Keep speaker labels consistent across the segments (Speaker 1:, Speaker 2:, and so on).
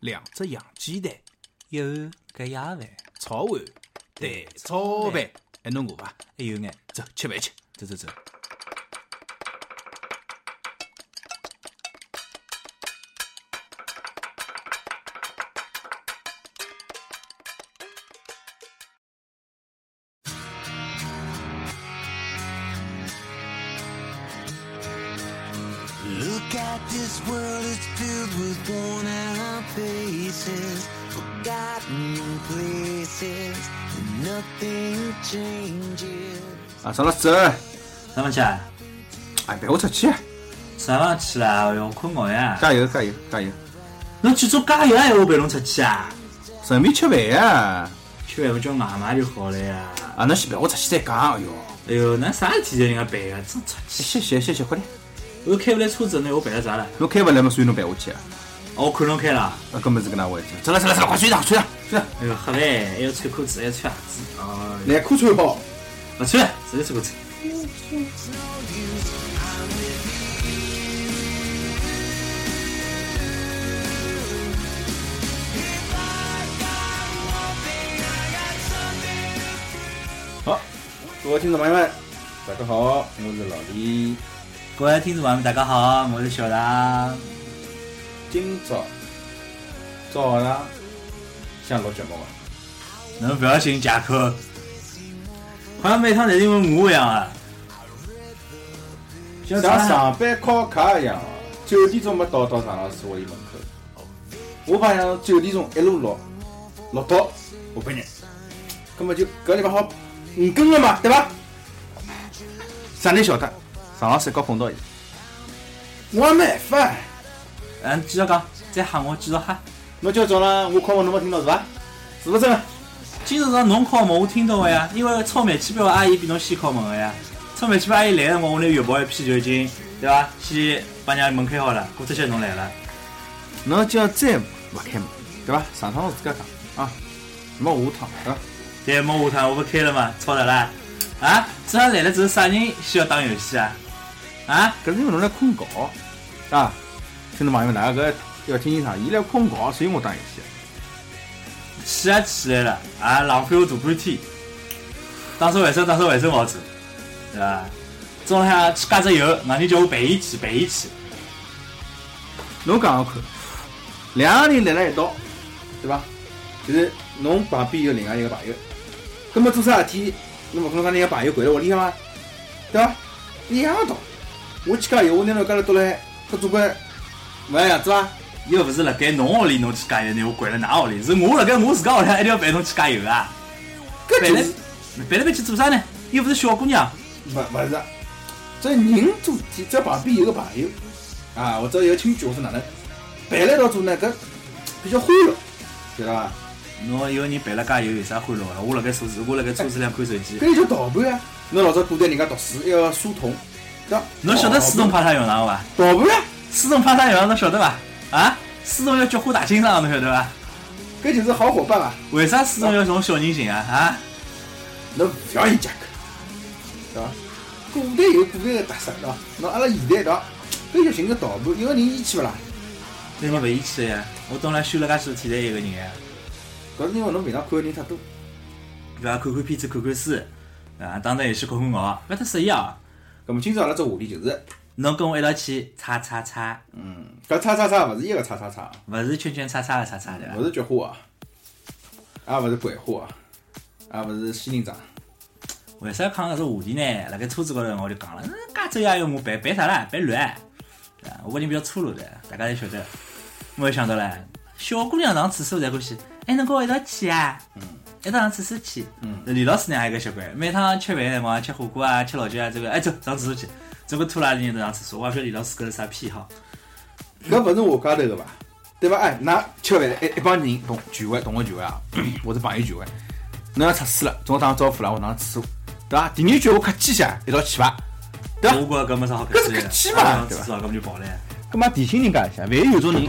Speaker 1: 两只洋鸡蛋、
Speaker 2: 一碗隔夜饭，
Speaker 1: 炒碗、蛋炒饭，还侬饿伐？
Speaker 2: 还有眼，
Speaker 1: 走，吃饭去。
Speaker 2: 走走走。
Speaker 3: Look at this world, it's filled with worn out faces, forgotten places, and nothing changes.
Speaker 1: 啊，张老师，
Speaker 2: 哪能去啊？
Speaker 1: 哎，陪我出去，
Speaker 2: 啥忘去啦？哎哟，困觉呀！
Speaker 1: 加油，加油，加油！
Speaker 2: 侬去做加油啊，还我陪侬出去啊？
Speaker 1: 顺便吃饭啊！
Speaker 2: 吃饭勿叫外卖就好了呀。
Speaker 1: 啊，侬先陪我出去再讲。哎哟，哎
Speaker 2: 哎哟，那啥事体侪人家办啊？真出去！
Speaker 1: 谢谢，谢谢，快点。
Speaker 2: 我开不来车子，那我办了啥了？
Speaker 1: 侬开勿来嘛，所以侬陪我去啊。
Speaker 2: 哦，我看侬开了。
Speaker 1: 啊，根本是搿能回事。走了，走了，走了，快睡上，睡上，睡上。
Speaker 2: 哎哟，黑嘞，还要穿裤子，还要穿鞋子。哦，
Speaker 1: 内裤穿好。
Speaker 2: 勿穿，直接穿裤子。
Speaker 1: 好，各位听众朋友们，大家好，我是老李。
Speaker 2: 各位听众朋友们，大家好，我是小唐。
Speaker 1: 今朝早上想录节目伐？
Speaker 2: 侬勿要寻借口，好像每趟侪是因为我一样啊。像
Speaker 4: 像
Speaker 2: 啥啊
Speaker 4: 上班考卡一样啊，九点钟没到到常老师屋里门口，我朋友九点钟一路录，录到下半日，葛么就搿礼拜好五
Speaker 1: 嗯
Speaker 4: 更了嘛，对伐？
Speaker 1: 啥人晓得？上老师刚碰到伊，
Speaker 4: 我还没办法，
Speaker 2: 嗯，继续讲，再喊我继续喊。
Speaker 4: 侬今朝早浪我敲门侬没听到是伐？是勿是啊？
Speaker 2: 今朝早上侬敲门，我听到个呀，因为炒煤气表个阿姨比侬先敲门个呀。炒煤气表阿姨来个辰光，我拿月跑一批就已经，对伐？先把人家门开好了，过脱歇侬来了。
Speaker 1: 侬今朝再勿开门，对伐？上趟我自家讲啊，没下趟，对伐？
Speaker 2: 对，没下趟我勿开了嘛，吵得啦。啊，这下来了之后，啥人需要打游戏啊？啊，
Speaker 1: 搿是因为侬来困觉，啊，听众朋友们，大家搿要听清爽，伊来困觉，所以我打游戏。
Speaker 2: 起也起来了，啊，浪费我大半天，打扫卫生，打扫卫生勿好做，对伐？中浪向啊去加只油，硬劲叫我陪伊去，陪伊去。
Speaker 1: 侬讲讲看，
Speaker 4: 两个人辣辣一道，对伐？就是侬旁边有另外一个朋友，葛么做啥事体，侬勿可能讲人家朋友掼辣屋里向伐？对伐？一样道。我去加油，我拿侬搿搭倒来，搿总归勿一样子啊伐？
Speaker 2: 又勿是辣盖侬屋里侬去加油，拿我掼辣㑚屋里，是我辣盖我自家屋里向一定要陪侬去加油啊！
Speaker 4: 搿
Speaker 2: 陪
Speaker 4: 就
Speaker 2: 来
Speaker 4: 是
Speaker 2: 陪来陪去做啥呢？又勿是小姑娘，
Speaker 4: 勿勿是，这人做事体，只要旁边有个朋友啊，或者有个亲戚或者哪能，陪辣一道做呢，搿比较欢乐，晓得伐？
Speaker 2: 侬有人陪了加油有啥欢乐个？我辣盖车子，我辣盖车子里向看手机。
Speaker 4: 搿就叫逃盘啊！侬老早躲在人家读书，一个书童，对伐？
Speaker 2: 侬晓得四动
Speaker 4: 逃
Speaker 2: 派啥用场伐？
Speaker 4: 盘啊！
Speaker 2: 四动派啥用场侬晓得伐？啊，四动要叫花大清桑侬晓得伐？
Speaker 4: 搿就是好伙伴啊！
Speaker 2: 为啥四动要从小人寻啊？啊？
Speaker 4: 侬勿要伊借口，对伐？古代有古代的特色，对伐？侬阿拉现代对伐？搿就寻个逃盘，一个人义气勿啦？
Speaker 2: 那么勿义气呀！我当然修了介许多天才一个人啊呀，
Speaker 4: 搿是因为侬平常看个人太多，
Speaker 2: 对伐？看看片子，看看书，啊，打打游戏，看看熬，勿太适宜啊！
Speaker 4: 葛末今朝阿拉只话题就是，
Speaker 2: 侬跟我一道去擦擦擦，
Speaker 4: 嗯，搿叉叉叉勿是一个叉叉叉啊，
Speaker 2: 勿是圈圈叉叉的叉叉对伐
Speaker 4: 勿？是菊花啊，也勿是掼花啊，也勿是仙人掌，
Speaker 2: 为啥要讲搿只话题呢？辣盖车子高头辰光我就讲了，嗯，加州也有我办办啥啦？办乱啊！对伐我搿人比较粗鲁的，大家侪晓得。我也想到了，小姑娘上厕所侪欢喜，哎，侬跟我一道去啊？嗯，一道上厕所去。嗯，李老师呢也有搿习惯，每趟吃饭的辰光，吃火锅啊，吃老酒啊，这个哎走上厕所去，这个拖拉人都上厕所，我也勿晓得李老师搿是啥癖好。
Speaker 4: 搿勿是我家头个伐？对伐？哎，㑚吃饭
Speaker 1: 一一帮人同聚会，同学聚会啊， 或者朋友聚会，侬要出事了，总要打个招呼啦，我上厕所，对伐？第二句我客气一下，一道去伐？对伐
Speaker 2: 我？觉着搿没啥好客气的，
Speaker 1: 搿是客气嘛
Speaker 2: 上厕所啊搿么就跑了呀。
Speaker 1: 葛末提醒人家一啊下，万一有种人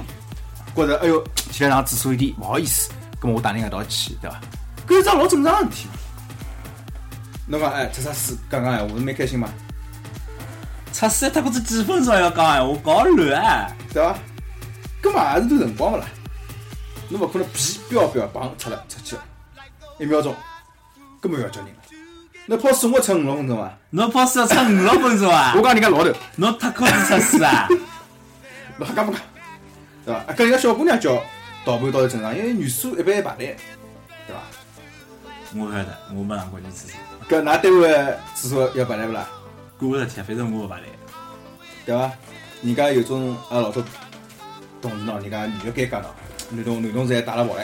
Speaker 1: 觉着哎哟，起来上厕所有点勿好意思，葛末我带人家一道去，对伐？搿是桩老正常个事体。
Speaker 4: 侬讲哎，出啥事？讲讲闲话，侬蛮开心嘛，
Speaker 2: 测试他不是几分钟还要讲闲话，搞乱啊！
Speaker 4: 对伐？搿嘛也是段辰光勿啦？侬勿可能皮标标碰出来出去，一秒钟根本勿要叫人了。那跑四我出五六分钟伐？
Speaker 2: 侬跑四要出五六分钟啊
Speaker 4: 我？讲人家老头，
Speaker 2: 侬脱裤子出事啊？
Speaker 4: 勿瞎讲勿讲，对伐？啊，跟人家小姑娘叫倒盘倒是正常，因为女厕一般排队，对伐？
Speaker 2: 我勿晓得，我没上过女厕所。
Speaker 4: 搿㑚单位厕所要排队勿啦？
Speaker 2: 管我事体，反正我勿排队。
Speaker 4: 对伐？人家有种阿拉老早同事喏，人家女的尴尬喏，男同男同事还带了跑来，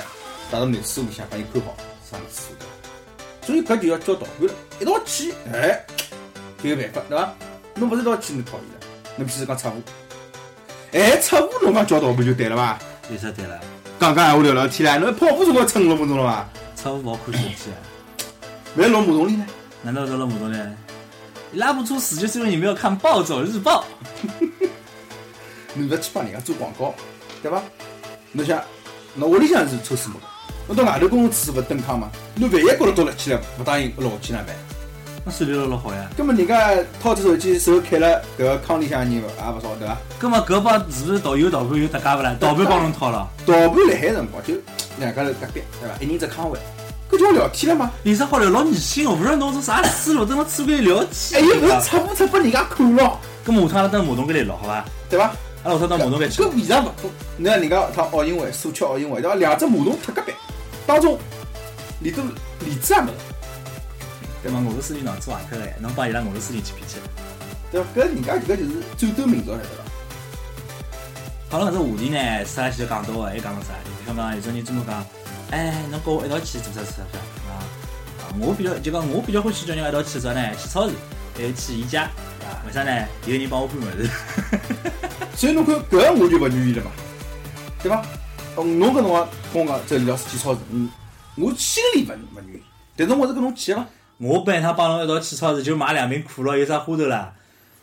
Speaker 4: 带到男厕里向把伊哎看好上厕所，所以搿就要叫导管了，一道去，哎，就有办法，对伐？侬勿是一道去，侬讨厌了，侬譬如讲擦污，哎，擦污侬讲叫导管就对了伐？
Speaker 2: 有啥对了？
Speaker 4: 讲讲闲话聊聊天唻，侬跑步辰光蹭五六分钟了伐？
Speaker 2: 出勿好看手机啊？
Speaker 4: 万一落马桶里呢？
Speaker 2: 难道到了母动呢？拉不出死就是因为你没有看《暴走日报》。
Speaker 4: 侬勿要去帮人家做广告，对伐？侬想，侬屋里向是抽水马桶，侬到外头公共厕所勿蹲坑嘛？侬万一觉着到了起来勿答应落去哪办？
Speaker 2: 那水流落落好呀。
Speaker 4: 根本人家掏出手机手开了，搿个坑里向人也勿少，对伐？
Speaker 2: 葛末搿帮是不是导游导管有搭界勿啦？导管帮侬掏了，
Speaker 4: 倒盘辣海辰光就两家头搭边，对伐？一人只坑位，搿就好聊天了嘛。
Speaker 2: 有啥好聊？老恶心哦！勿晓得侬从啥思路，等到厕所间聊天。
Speaker 4: 哎，又勿是
Speaker 2: 啊
Speaker 4: 擦不擦拨人家看咯，
Speaker 2: 葛末下趟阿拉等马桶间来聊好伐？
Speaker 4: 对伐？
Speaker 2: 阿拉下趟到马桶间去
Speaker 4: 搿。为啥勿做？侬看人家趟奥运会，索契奥运会，对伐？两只马桶贴隔壁，当中连都连子也没。
Speaker 2: 对嘛，俄罗斯人脑子坏脱了，侬帮伊拉俄罗斯人去比去。
Speaker 4: 对伐？搿人家搿个就是战斗民族，晓得伐？
Speaker 2: 好了，搿只话题呢，沙拉西就讲到了，还讲到啥？就像讲有种人专门讲，哎，侬跟我一道去做啥事体啊？啊，我比较就讲我比较欢喜叫人家一道去做呢，去超市，还有去宜家，啊为啥呢？有人帮我搬物事。
Speaker 4: 所以侬看搿我就勿愿意了嘛，对伐？呃侬搿辰光跟我讲走李老师去超市，嗯，我心里勿勿愿意，但是我是跟侬啊去个嘛，
Speaker 2: 我本来趟帮侬一道去超市就买两瓶可乐，有啥花头啦？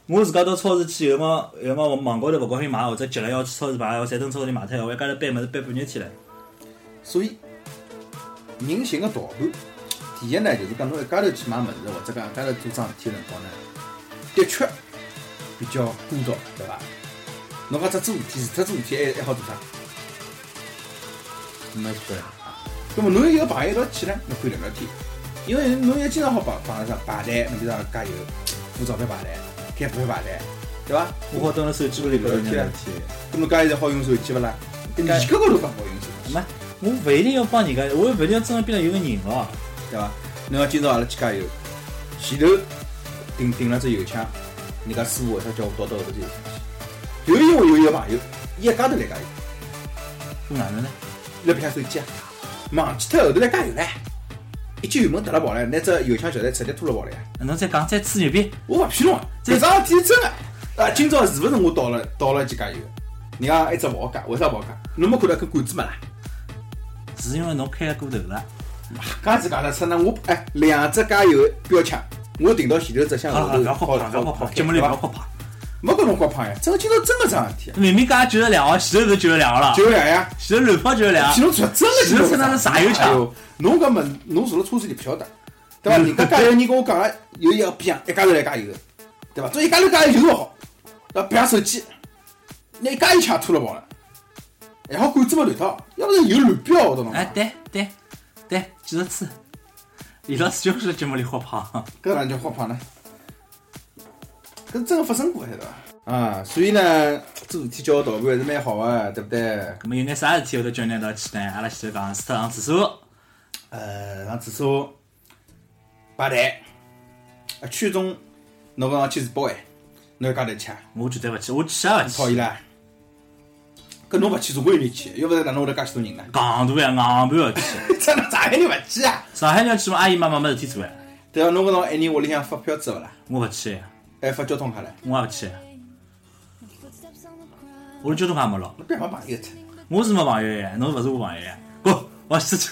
Speaker 2: 我自家到超市去，有辰光有辰光我网高头勿高兴买，或者急了要去超市买，或者等超市里买脱，我一家头搬物事搬半日天了。
Speaker 4: 所以人寻个逃盘。第一呢，就是讲侬一家头去买物事，或者讲一家头做桩事体的辰光呢，的确比较孤独，对伐？侬讲只做事体，除脱做事体还还好做啥？
Speaker 2: 没错呀，
Speaker 4: 那么侬有一个朋友一道去呢，侬可以聊聊天，因为侬也经常好帮帮上排队，侬比如讲加油、付钞票排队、开补票排队，对伐？
Speaker 2: 我好蹲辣手机高头聊天聊天。
Speaker 4: 咁侬家现在好用手机勿啦？你搿高头讲好用手机，
Speaker 2: 没，我勿一定要帮人家，我勿一定要真的变成有个人哦。
Speaker 4: 对伐？侬要今朝阿拉去加油，前头顶顶了只油枪，人家师傅为啥叫我倒到后头去？就因为有一个朋友，伊一家头来加油，
Speaker 2: 做哪能呢？
Speaker 4: 辣白相手机啊，忘记脱后头来加油唻，一进油门踏了跑了，拿只油枪小台直接拖了跑了呀！
Speaker 2: 侬再讲再吹牛逼，
Speaker 4: 我勿骗侬啊，搿桩事体是真个。啊，今朝是勿是我倒了倒了去加油？人家一直勿好加，为啥勿好加？侬没看到根管子没啦？
Speaker 2: 是因为侬开了过头了。
Speaker 4: 搿子讲得出，那我哎两只加油标枪，我停到前头只向
Speaker 2: 好了
Speaker 4: 后
Speaker 2: 好了，
Speaker 4: 头
Speaker 2: 不要好胖，不要好胖，节目里不要好胖。
Speaker 4: 没搿辰光胖呀，真个今朝真个桩事体，
Speaker 2: 明明加九十两哦，前头不是九十两了，
Speaker 4: 就两呀，
Speaker 2: 前头乱跑九啊十两
Speaker 4: 其。中真个
Speaker 2: 其中真的是啥啊油枪
Speaker 4: 哎呦侬搿么侬坐辣车子里不晓得，对 伐？人家加油人跟我讲了，有一个逼样一家头来加油，对伐？所以一家头加油就是好，那别手机，那一家油枪拖了跑了，还好管子没乱到，要不然有乱标我都侬
Speaker 2: 哎，
Speaker 4: 讲，
Speaker 2: 对对对，几十次，李老师就是这么里好胖。
Speaker 4: 搿哪能叫好胖呢？搿真个发生过晓得伐？啊，所以呢，做事体叫我倒盘还是蛮好个，对不对？
Speaker 2: 那么有眼啥事体会得叫人一道去呢？阿拉前头讲是脱上厕所，
Speaker 4: 呃，上厕所排队，啊，区中侬讲去自保哎，侬一家头去啊，
Speaker 2: 我绝对勿去，我去也勿
Speaker 4: 讨
Speaker 2: 去。
Speaker 4: 厌啦！搿侬勿去，总归有人去，要勿然哪能会得介许多人呢？
Speaker 2: 戆大呀，硬盘要去。
Speaker 4: 真的上海人勿去啊！
Speaker 2: 上海人要去嘛，阿姨妈妈没事体做呀，
Speaker 4: 对啊，侬搿种一人屋里向发票子勿啦？
Speaker 2: 我勿去，
Speaker 4: 还发交通卡唻？
Speaker 2: 我也勿去。我的交通卡没了，
Speaker 4: 侬别帮朋友脱，
Speaker 2: 我是没朋友呀，侬勿是我朋友呀。滚，我去去，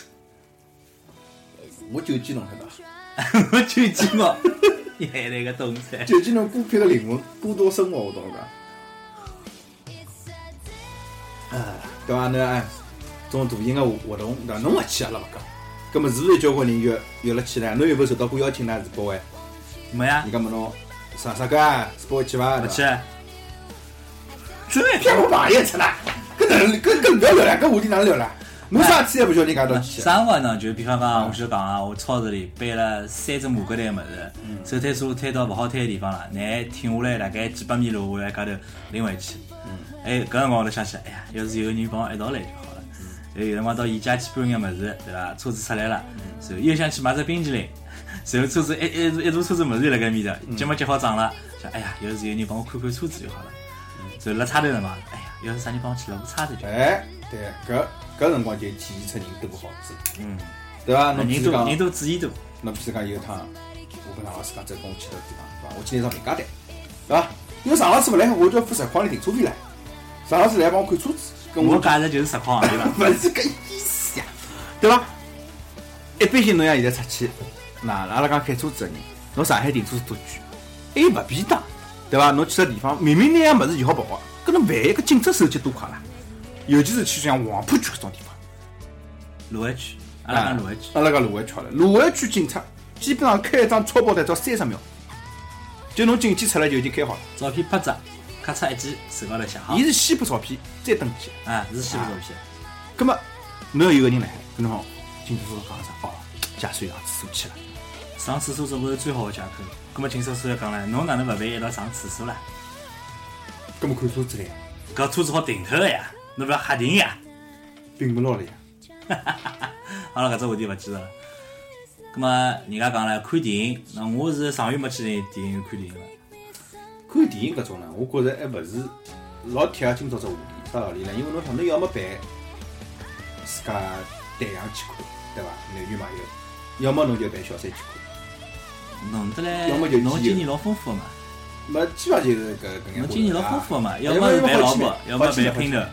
Speaker 4: 我救济侬晓得伐？
Speaker 2: 我去寂寞。 你还那个东西，
Speaker 4: 救济侬孤僻个灵魂，孤独生活，我懂了伐？对伐？那哎，种大型个活动，对伐？侬勿去阿拉勿讲，葛末是勿是有交关人约约了去呢？侬有没有收到过邀请呢？是不会？
Speaker 2: 没呀
Speaker 4: 人，家问侬啥啥个啊？是不会去伐？
Speaker 2: 勿
Speaker 4: 对伐
Speaker 2: 去。啊真的啊哎
Speaker 4: 骗我朋友出啦！搿哪能？搿搿勿要聊了，搿话题哪能聊啦？侬啥事体也勿叫人家一道去啊。
Speaker 2: 啥辰光呢？就比方讲，我就讲啊，我超市里背了三只马格袋物事，手推车推到勿好推的地方了，拿停下来大概几百米路，我在高头拎回去。哎，搿辰光我就想起，哎呀，要是有个人帮我一道来就好了。哎，有辰光到宜家去搬眼物事，对伐？车子出来了，然后又想去买只冰淇淋， 然后车子一一一路车子物事辣盖面头，结么结好账了，想哎呀，要是有人帮我看看车子就好了。然后辣差头辰光，哎呀，要是啥人帮我去拉部差头就好了。
Speaker 4: 哎，对，搿搿辰光就体现出人多好子，
Speaker 2: 嗯，
Speaker 4: 对伐？侬比
Speaker 2: 人
Speaker 4: 如
Speaker 2: 多
Speaker 4: 讲
Speaker 2: 人，多注意多。
Speaker 4: 侬譬如讲有一趟，我跟俺自家走跟我去到地方，对伐？我去拿一张评价单，对伐？因为上老师勿来，我就要付十块钿停车费唻。上老师来帮我看车子，跟
Speaker 2: 我
Speaker 4: 我
Speaker 2: 价值就是啊十块行 钿伐？
Speaker 4: 勿是搿意思呀。
Speaker 1: 对伐？一般性侬像现在出去，那阿拉讲开车子个人，侬上海停车是多贵，还有勿便当，对伐？侬去个地方，明明拿样物事就好跑，啊搿侬万一个警察手机多快啦！尤其是去像黄浦区搿种地方，
Speaker 2: 卢湾区，阿拉
Speaker 4: 啊
Speaker 2: 讲卢湾区，
Speaker 1: 阿拉讲卢湾区好了，卢湾区警察基本上开一张超跑单只要三十秒，就侬进去出来就已经开好了。
Speaker 2: 照片拍只，咔嚓一记，手高头写好
Speaker 1: 伊。是先拍照片，再登记。
Speaker 2: 啊，是西部照片。
Speaker 1: 葛么，侬要有个人来，跟侬讲，警察叔叔讲啥？哦，假水
Speaker 4: 啊
Speaker 1: 上厕所去了。
Speaker 2: 上厕所总归是最好的借口。葛么警察叔要讲了，侬哪能勿陪伊一道上厕所啦？
Speaker 4: 搿么看车子唻，
Speaker 2: 搿车子好停脱个呀，侬勿要瞎停呀。
Speaker 4: 并勿牢了呀。
Speaker 2: 阿拉搿只话题勿记得了。葛么人家讲了看电影，那我是上月没去电影院看电影了。
Speaker 4: 看电影搿种呢，我觉着还勿是老贴合今朝只话题，啥道理呢？因为侬想，侬要么办自家对象去看，对伐？男女朋友，要么侬就办小三去看，
Speaker 2: 弄得来
Speaker 4: 要么就，
Speaker 2: 侬
Speaker 4: 去
Speaker 2: 经验老丰富个嘛，
Speaker 4: 没基本上就是搿搿眼
Speaker 2: 侬
Speaker 4: 话题
Speaker 2: 经验老
Speaker 4: 啊
Speaker 2: 丰富个嘛，要
Speaker 4: 要
Speaker 2: 么是
Speaker 4: 么
Speaker 2: 陪老
Speaker 4: 好
Speaker 2: 婆，
Speaker 4: 几
Speaker 2: 要么
Speaker 4: 好几
Speaker 2: 陪
Speaker 4: 万
Speaker 2: 姘头。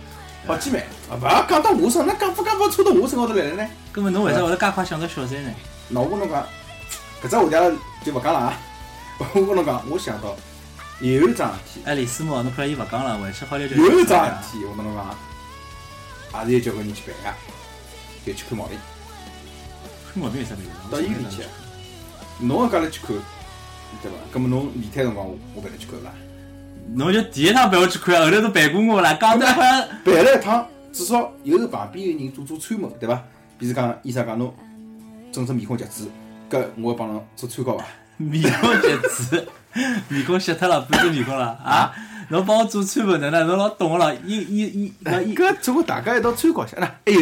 Speaker 4: 好姐妹，啊勿要讲到我身，那讲不讲不扯到我身高头来了呢？
Speaker 2: 葛么侬为啥会得介快想到小三呢？
Speaker 4: 那我跟侬讲，搿只话题阿拉就勿讲了啊。我跟侬讲，我想到有一桩事体，
Speaker 2: 哎，李师傅，侬看来伊勿讲了，回去好了就
Speaker 4: 有一桩
Speaker 2: 啊
Speaker 4: 事体，我跟侬讲，也是有交关人去办个，就去看毛病。
Speaker 2: 啊看毛病有啥办法？
Speaker 4: 到医院里去，侬要家来去看，对伐？葛么侬离开辰光，我我陪侬去看伐？
Speaker 2: 侬就第一趟陪我去看，后头都陪过我了，讲得好像
Speaker 4: 陪了一趟，至少有旁边个人做做参谋，对伐？比如讲，医生讲侬整只面孔截肢，搿我帮侬做参 考伐？
Speaker 2: 面孔截肢，面孔削脱了，半只面孔了啊！侬帮我做参谋，哪能侬老懂个了？医医医，那医
Speaker 1: 搿只会大家一道参考一下。那
Speaker 4: 哎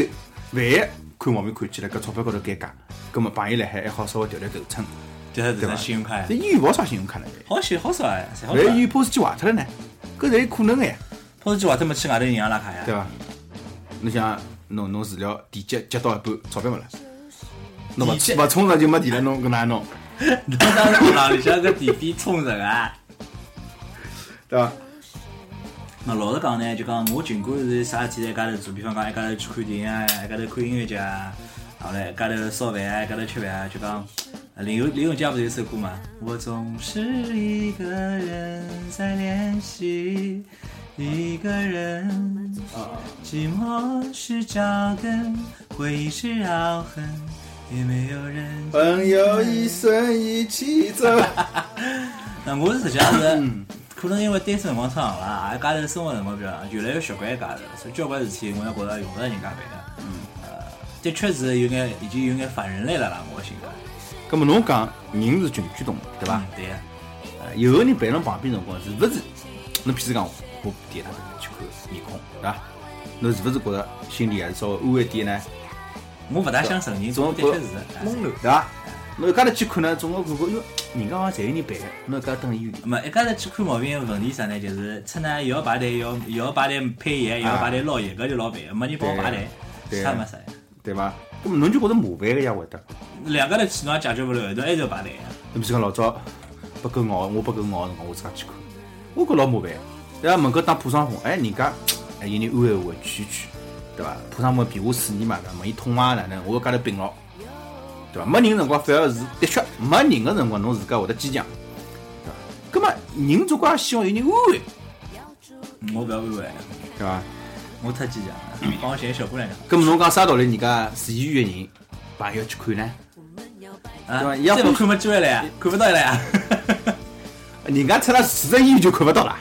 Speaker 1: 还有，万一看毛病看起来搿钞票高头减价，葛末朋友来海还好稍微调调头寸。
Speaker 2: 就是这
Speaker 1: 对伐
Speaker 2: 张信用卡呀
Speaker 1: 这，医院勿好刷信用卡了，
Speaker 2: 好险好少哎，侪好
Speaker 1: 万一医
Speaker 2: 少。
Speaker 1: 院 POS 机坏脱了呢？搿侪有可能个呀，
Speaker 2: 抛出去话，他们去外头银行拉卡呀
Speaker 1: 对，伐？侬想，侬侬治疗电击接到一半，钞票没了，侬勿
Speaker 2: 电击
Speaker 1: 勿充值就没电了，侬搿哪弄？
Speaker 2: 侬当时行里向个电费充值啊？
Speaker 4: 对伐？
Speaker 2: 那老实讲呢，就讲我尽管是啥事体在家头做，比方讲一家头去看电影啊，一家头看音乐节啊，后来一家头烧饭啊，一家头吃饭啊，就讲呃林宥林宥嘉不是有一首歌嘛？我总是一个人在练习，一个人，寂寞是扎根，回忆是凹痕，也没有人
Speaker 4: 朋友一生一起 走。
Speaker 2: 那我是实际上是，
Speaker 1: 嗯
Speaker 2: 可能因为单身辰光太长了，也家头生活辰光比较长，越来越习惯一家头，所以交关事体我也觉着用勿着人家办的。嗯，呃，的确是有眼已经有眼反人类了啦，我心里。
Speaker 1: 葛末侬讲人是群居动物，对伐
Speaker 2: 嗯？对呀，
Speaker 1: 呃有个人陪侬旁边辰光，是勿是？侬譬如讲，我第一趟去看面孔，对伐？侬是勿是觉着心里还是稍微安慰点呢？
Speaker 2: 我勿大想承认，
Speaker 1: 总
Speaker 2: 的嗯
Speaker 1: 觉
Speaker 2: 确
Speaker 1: 得
Speaker 2: 是。哎
Speaker 1: 懵了，对伐？侬一家头去看呢，总归感觉哟，人家好像侪有人陪，侬一家头蹲辣医院里，
Speaker 2: 那么一家头去看毛病，问题啥呢？就是出呢，也要排队，也要也要排队配药，也要排队捞药，搿就老烦，没人帮我排队，
Speaker 1: 啊对啊
Speaker 2: 其
Speaker 1: 呀
Speaker 2: 他没啥呀。
Speaker 1: 对伐？那么侬就觉着麻烦个呀，会得。
Speaker 2: 两家头去侬也解决勿了，后头还是要排队呀。
Speaker 1: 侬譬如讲老早拨狗咬，我拨狗咬个辰光，我自家去看，我觉得老麻烦。对伐？门口打破伤风，哎，人家哎有人安慰我，去一去，对伐？破伤风皮下水泥嘛，对伐？问伊痛伐？哪能？我一家头病牢，对伐？没人的辰光反而是的确没人个辰光，侬自家会得坚强，对伐？葛么人总归也希望有人安慰，
Speaker 2: 我勿要安慰，
Speaker 1: 对伐？
Speaker 2: 我太坚强
Speaker 1: 嗯
Speaker 2: 了，帮我寻个小姑娘就好。
Speaker 1: 咁么侬讲啥道理？人家住医院的人，朋友去看呢？
Speaker 2: 啊
Speaker 1: 对吧
Speaker 2: 再不看没机会了呀，看不到了呀。
Speaker 1: 人家出了住在医院就看勿到啦，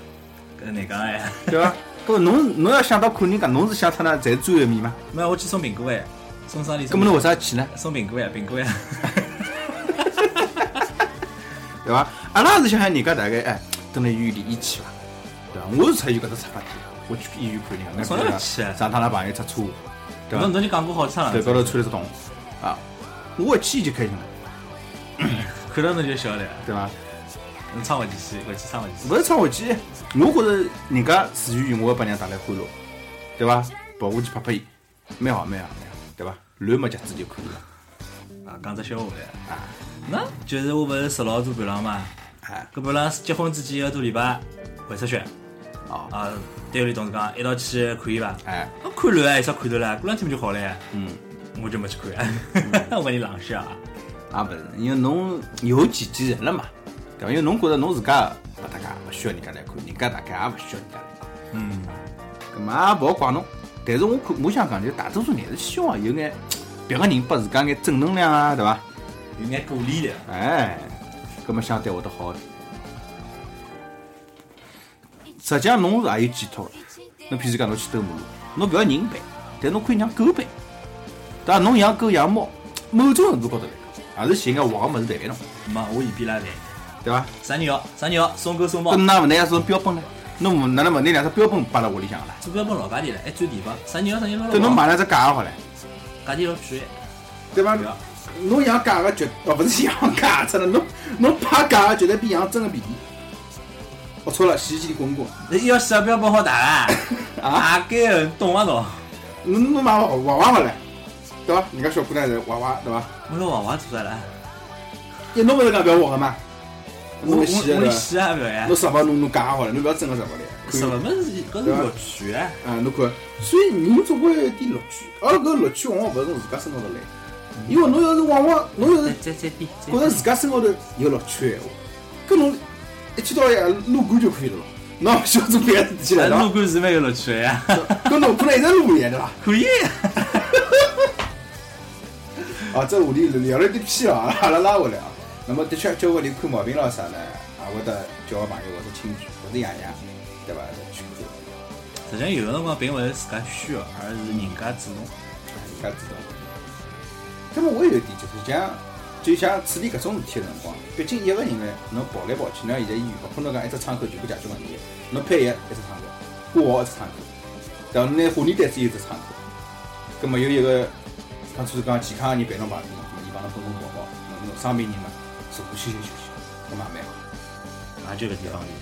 Speaker 2: 跟你讲哎，
Speaker 1: 对伐？
Speaker 4: 搿侬侬要想到看人家，侬是想脱㑚侪最后一面吗？
Speaker 2: 没有，我去送苹果哎，送生日礼。
Speaker 4: 搿么侬为啥去呢？
Speaker 2: 送苹果哎，苹果哎。
Speaker 4: 对伐？阿拉是想喊人家大概哎，蹲辣医院里一起伐，对伐？我是出于搿只出发点，我去医院看人家，
Speaker 2: 从来勿去啊
Speaker 4: 上趟拉朋友出车祸，对伐？
Speaker 2: 侬侬就讲过好几趟
Speaker 4: 手
Speaker 2: 了，
Speaker 4: 高头穿了只洞啊，我一去就开心了，
Speaker 2: 看到侬就晓得，嗯
Speaker 4: 对伐？
Speaker 2: 侬撑勿进去，回去撑勿进去。
Speaker 4: 勿是唱回去，我觉着人家自娱于我，把人家带来欢乐，对伐？跑过去拍拍伊，啊蛮好蛮好蛮好，对伐？乱没夹子就可以了。嗯
Speaker 2: 啊，讲只笑话唻。啊，那就是我勿是十老做伴郎嘛，
Speaker 4: 哎，
Speaker 2: 搿伴郎结婚之前一个多礼拜回出血，
Speaker 4: 哦，
Speaker 2: 啊，单位里同事讲一道去看伊伐？
Speaker 4: 哎，
Speaker 2: 我看乱啊，有啥看头啦？过两天不就好了呀？
Speaker 4: 嗯，
Speaker 2: 我就没去看， 我把你冷笑啊。
Speaker 4: 也勿是，因为侬有己见人了嘛，对伐？因为侬觉着侬自家勿搭界，勿需要人家来看，人家大概也勿需要人家来看，
Speaker 2: 嗯，
Speaker 4: 搿么也勿好怪侬。但是我看我想讲，就大多数人是希望有眼别个人拨自家眼正能量啊，对伐？
Speaker 2: 有眼鼓励的。
Speaker 4: 哎，搿么相对会得好一点。实际上侬是也有寄托的，侬譬如讲侬去兜马路，侬勿要人陪，但侬可以让狗陪，对伐？侬养狗养猫，某种程度高头来讲，也是寻眼活个物事陪陪侬，
Speaker 2: 没，我一边拉来，
Speaker 4: 对伐？
Speaker 2: 啥人要啥人要送狗送猫
Speaker 4: 搿，哪勿拿一种标本呢？侬勿哪能勿拿两只标本摆辣屋里向啦？
Speaker 2: 坐标本老家地了，还占地方。啥人要啥人要
Speaker 4: 对，侬买两只假个好唻，
Speaker 2: 家地要贵，
Speaker 4: 对伐
Speaker 2: 不要。
Speaker 4: 侬养假个绝哦，勿是养假出了，侬侬拍假个绝对比养真个便宜。我错了，洗衣机里滚滚。
Speaker 2: 那要啥标本好打啊？ 啊，该懂啊懂。
Speaker 4: 侬侬买娃娃娃回来，对伐？人家小姑娘是娃娃，对伐？
Speaker 2: 我说娃娃做啥了？
Speaker 4: 一侬勿是讲勿要活个嘛？
Speaker 2: 我
Speaker 4: 侬
Speaker 2: 我
Speaker 4: 个死个
Speaker 2: 我连
Speaker 4: 对伐？
Speaker 2: 洗也不要呀
Speaker 4: 侬。啥物侬侬假好了，侬勿要真个啥物
Speaker 2: 什
Speaker 4: 事
Speaker 2: 么
Speaker 4: 嘞。
Speaker 2: 么子？搿是乐趣啊！
Speaker 4: 看啊，侬看，所以人总归有一点乐趣，而搿乐趣往往勿是从自家身高头来，因为侬要是往往侬要
Speaker 2: 再
Speaker 4: 是
Speaker 2: 再再比，再
Speaker 4: 觉着
Speaker 2: 比
Speaker 4: 自家身高头有乐趣个闲话，搿侬一天到晚撸管就可以了咯，侬也勿需要做别个事体
Speaker 2: 哎
Speaker 4: 了，对
Speaker 2: 撸
Speaker 4: 伐？
Speaker 2: 管是蛮有乐趣的呀，
Speaker 4: 搿侬可能一直撸下对伐？
Speaker 2: 可以。
Speaker 4: 啊，这话题聊了有点偏啊， 阿拉拉回来啊。那么的确，交关人看毛病了啥呢？啊也会得交个朋友或者亲戚或者爷爷，对伐？去看，
Speaker 2: 实际上有的辰光并勿是自家需要，而是人家主动。
Speaker 4: 人家知道。那么我有一点就是讲，就像处理搿种事体个辰光，毕竟一个人呢，侬跑来跑去，侬现在医院勿可能讲一只窗口全部解决问题，侬配药一只窗口，挂号一只窗口，对伐？侬拿化验单子有一只窗口，葛么有一个像就是讲健康个人陪侬旁边，伊帮侬分分跑跑，侬侬生病人嘛，坐过休息休息，搿么也蛮好。
Speaker 2: 也啊就搿点方面。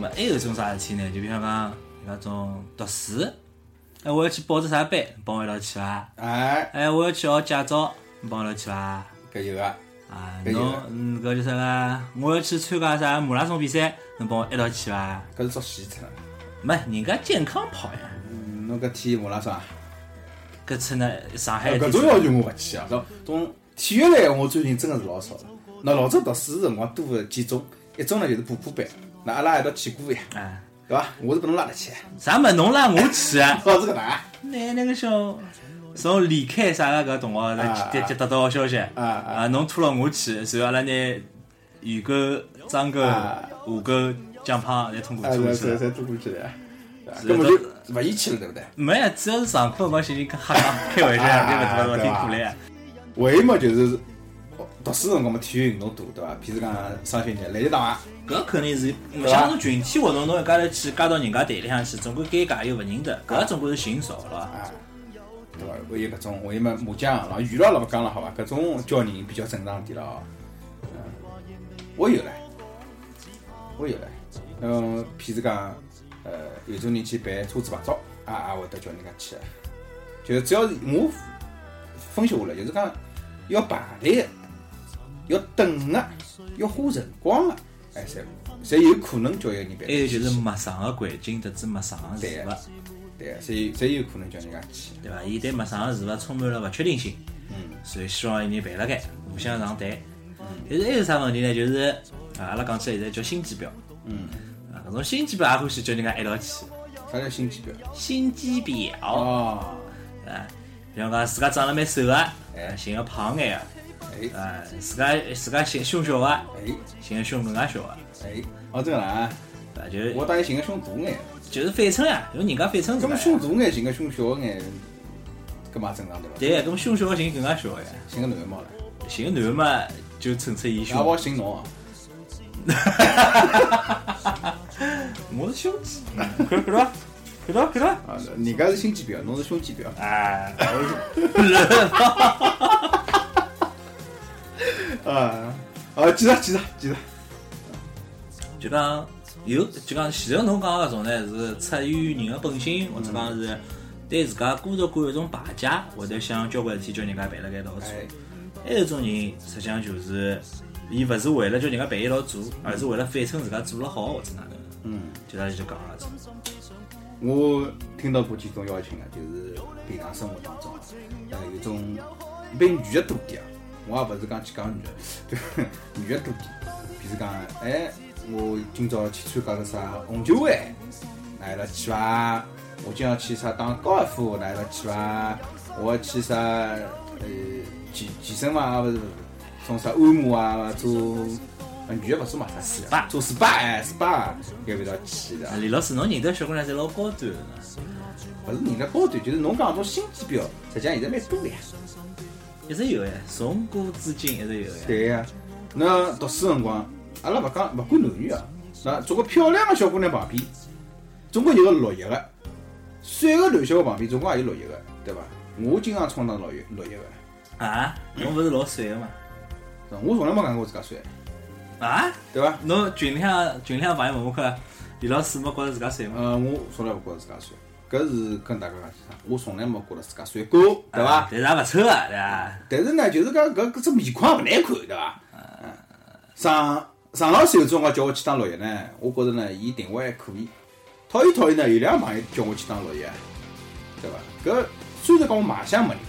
Speaker 2: 么还有种啥事体呢？就比方讲，那种读书，哎，我要去报只啥班，帮我一道去伐？
Speaker 4: 哎，
Speaker 2: 哎，我要去学驾照，你帮我一道去伐？
Speaker 4: 搿有个，
Speaker 2: 啊，
Speaker 4: 可以
Speaker 2: 侬
Speaker 4: 的
Speaker 2: 嗯，搿叫啥个？我要去参加啥马拉松比赛，侬帮我一道去伐？
Speaker 4: 搿是做戏出来的。
Speaker 2: 没，人家健康跑呀。
Speaker 4: 嗯侬搿天马拉松啊，
Speaker 2: 搿次呢，上海一
Speaker 4: 啊搿
Speaker 2: 天
Speaker 4: 种要求我勿去啊。搿种体育类闲话，我最近真个是老少了。那老早读书辰光多个几种，一种呢就是补课班，那阿拉一道去过呀，
Speaker 2: 啊，
Speaker 4: 对伐？我是拨侬拉得去，
Speaker 2: 啥么侬拉我去啊？
Speaker 4: 老是搿能啊
Speaker 2: 拿那个小从离开啥个搿同学来接接得到消息，
Speaker 4: 啊
Speaker 2: 啊，侬拖了我去，然后阿拉拿鱼钩、张钩、
Speaker 4: 啊
Speaker 2: 五钩、江胖侪通过
Speaker 4: 啊，
Speaker 2: 拖过
Speaker 4: 是
Speaker 2: 去
Speaker 4: 是
Speaker 2: 了。
Speaker 4: 是，都过去了。根本就勿嫌弃了，对不对？
Speaker 2: 没呀，主要是上课辰光心情哈哈开玩笑，对勿对？老
Speaker 4: 啊对
Speaker 2: 挺
Speaker 4: 吧
Speaker 2: 苦嘞。
Speaker 4: 唯一嘛就是哦读书辰光嘛，体育运动多，对伐？譬如讲上学日篮球场啊，
Speaker 2: 搿肯定是，
Speaker 4: 吧
Speaker 2: 像种群体活动，侬一家头去加到人家队里向去，总归尴尬又勿认得，搿总归是寻少了。
Speaker 4: 啊，对伐？还有搿种，还有嘛麻将，老娱乐了勿讲了，好伐？搿种叫人比较正常点了哦。嗯，我有唻，我有唻。嗯，譬如讲，呃，有种人去办车子牌照，也也会得叫人家去。啊就是只要是我分析下来，就是讲要排队的，要等的，要花辰光的，哎，侪侪有可能叫一个人办。
Speaker 2: 还有就是陌生个环境，得知陌生个事
Speaker 4: 对
Speaker 2: 物
Speaker 4: 啊。对，侪侪有可能叫人家去。
Speaker 2: 对伐？伊对陌生个事物充满了勿确定性，
Speaker 4: 嗯，
Speaker 2: 所以希望有人陪辣盖，互相上台。但是还有啥问题呢？就是啊，阿拉讲起来现在叫心机婊，
Speaker 4: 嗯，
Speaker 2: 啊，搿种心机婊也欢喜叫人家一道去，
Speaker 4: 啥叫新机票？
Speaker 2: 心机婊啊，
Speaker 4: 哦，
Speaker 2: 比方讲自家长得蛮瘦个，
Speaker 4: 哎
Speaker 2: 啊，寻个胖眼
Speaker 4: 哎
Speaker 2: 个，啊，自家自家寻胸小个，
Speaker 4: 哎
Speaker 2: 寻个胸更加小个，啊
Speaker 4: 哎，哦，这个啦，
Speaker 2: 啊，就是
Speaker 4: 我当然寻个胸大眼，
Speaker 2: 就是反衬呀，用人家反衬
Speaker 4: 搿
Speaker 2: 出
Speaker 4: 么
Speaker 2: 来。啊
Speaker 4: 胸大眼寻个胸小眼，搿嘛正常对伐？
Speaker 2: 对，啊搿么胸小寻更加小呀，
Speaker 4: 寻个男个嘛了，
Speaker 2: 寻个男的嘛就衬出伊
Speaker 4: 也勿
Speaker 2: 胸
Speaker 4: 好。寻侬啊。
Speaker 2: 我是胸肌，看看到伐？看到看到伐？
Speaker 4: 啊，人家是心肌表，侬是胸肌表。
Speaker 2: 哎，不是，
Speaker 4: 啊 啊，记得记得记得。
Speaker 2: 就讲有，就讲前头侬讲搿种呢，是出于人的本性，或者讲是对自家孤独感有一种排解，会得想交关事体叫人家陪辣盖一道做。
Speaker 4: 哎，
Speaker 2: 还有一种人，实际上就是伊勿是为了叫人家陪伊一道做，而是为了反衬自家做了好或者哪能。
Speaker 4: 嗯，
Speaker 2: 就他就讲了这种，
Speaker 4: 我听到过几种邀请啊，就是平常生活当中啊，呃，有种比女的多点啊。我也勿是讲去讲女的， 就女的多点。比如讲，哎，我今朝去参加个啥红酒会，哪伊拉去伐？我今朝去啥打高尔夫，哪伊拉去伐？我要去啥呃健健身房啊，勿是种啥按摩啊，做啊女的勿做嘛啥事啊
Speaker 2: SPA
Speaker 4: 做 SPA 哎 SPA，搿味道去的。啊
Speaker 2: 啊李老师，侬认得小姑娘侪老高端的呢，
Speaker 4: 勿是人家高端，就是侬讲搿种新机表，实际上现在蛮多的呀。
Speaker 2: 一直有哎，从古至今一直有哎。
Speaker 4: 对呀，那读书辰光，阿拉勿讲勿管男女啊，那做个漂亮个小姑娘旁边，总归有个绿叶个，帅个男小伙旁边，总归也有绿叶个，对伐？我经常充当绿叶绿叶个，
Speaker 2: 啊，侬勿是老帅的嘛？
Speaker 4: 我从来没讲过自家帅，
Speaker 2: 啊，
Speaker 4: 对伐？
Speaker 2: 侬群里向群里向朋友问我看，李老师没觉着自家帅吗？
Speaker 4: 呃，我从来勿觉着自家帅，搿是跟大家讲清爽，我从来没觉着自家帅过，对伐
Speaker 2: 啊？但是也勿丑啊，对伐？
Speaker 4: 但是呢，就是讲搿搿只面孔也勿难看，对伐？嗯，上上老师有种光叫我去当老爷呢，我觉着呢，伊定位还可以。讨厌讨厌呢，有两个朋友叫我去当老爷，对伐？搿虽然讲我卖相没人家，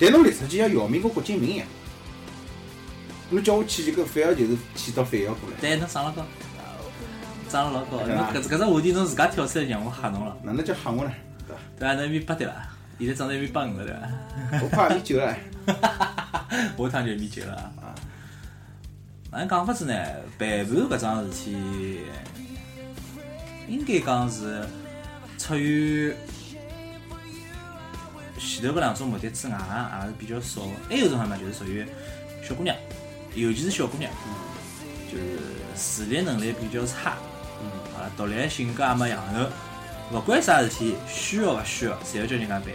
Speaker 4: 但侬立出去像姚明跟郭敬明一样，侬叫我去就搿反而就是起到反效果了。
Speaker 2: 对，侬长了高，长了老高。
Speaker 4: 对
Speaker 2: 侬
Speaker 4: 啊
Speaker 2: 搿搿只话题侬自家跳出来让我吓侬了，
Speaker 4: 哪能叫吓我呢？对伐？
Speaker 2: 对伐？侬一米八对伐？现在长到一米八五了对伐？
Speaker 4: 我快一米九了，
Speaker 2: 下趟就一米九了啊。哪能讲法子呢？陪伴搿桩事体，应该讲是出于前头搿两种目的之外，也是比较少的。还有一种什么，就是属于小姑娘，尤其是小姑娘，就是自理能力比较差，嗯，啊，独立性格也没养成，勿管啥事体，需要勿需要，侪要叫人家办个。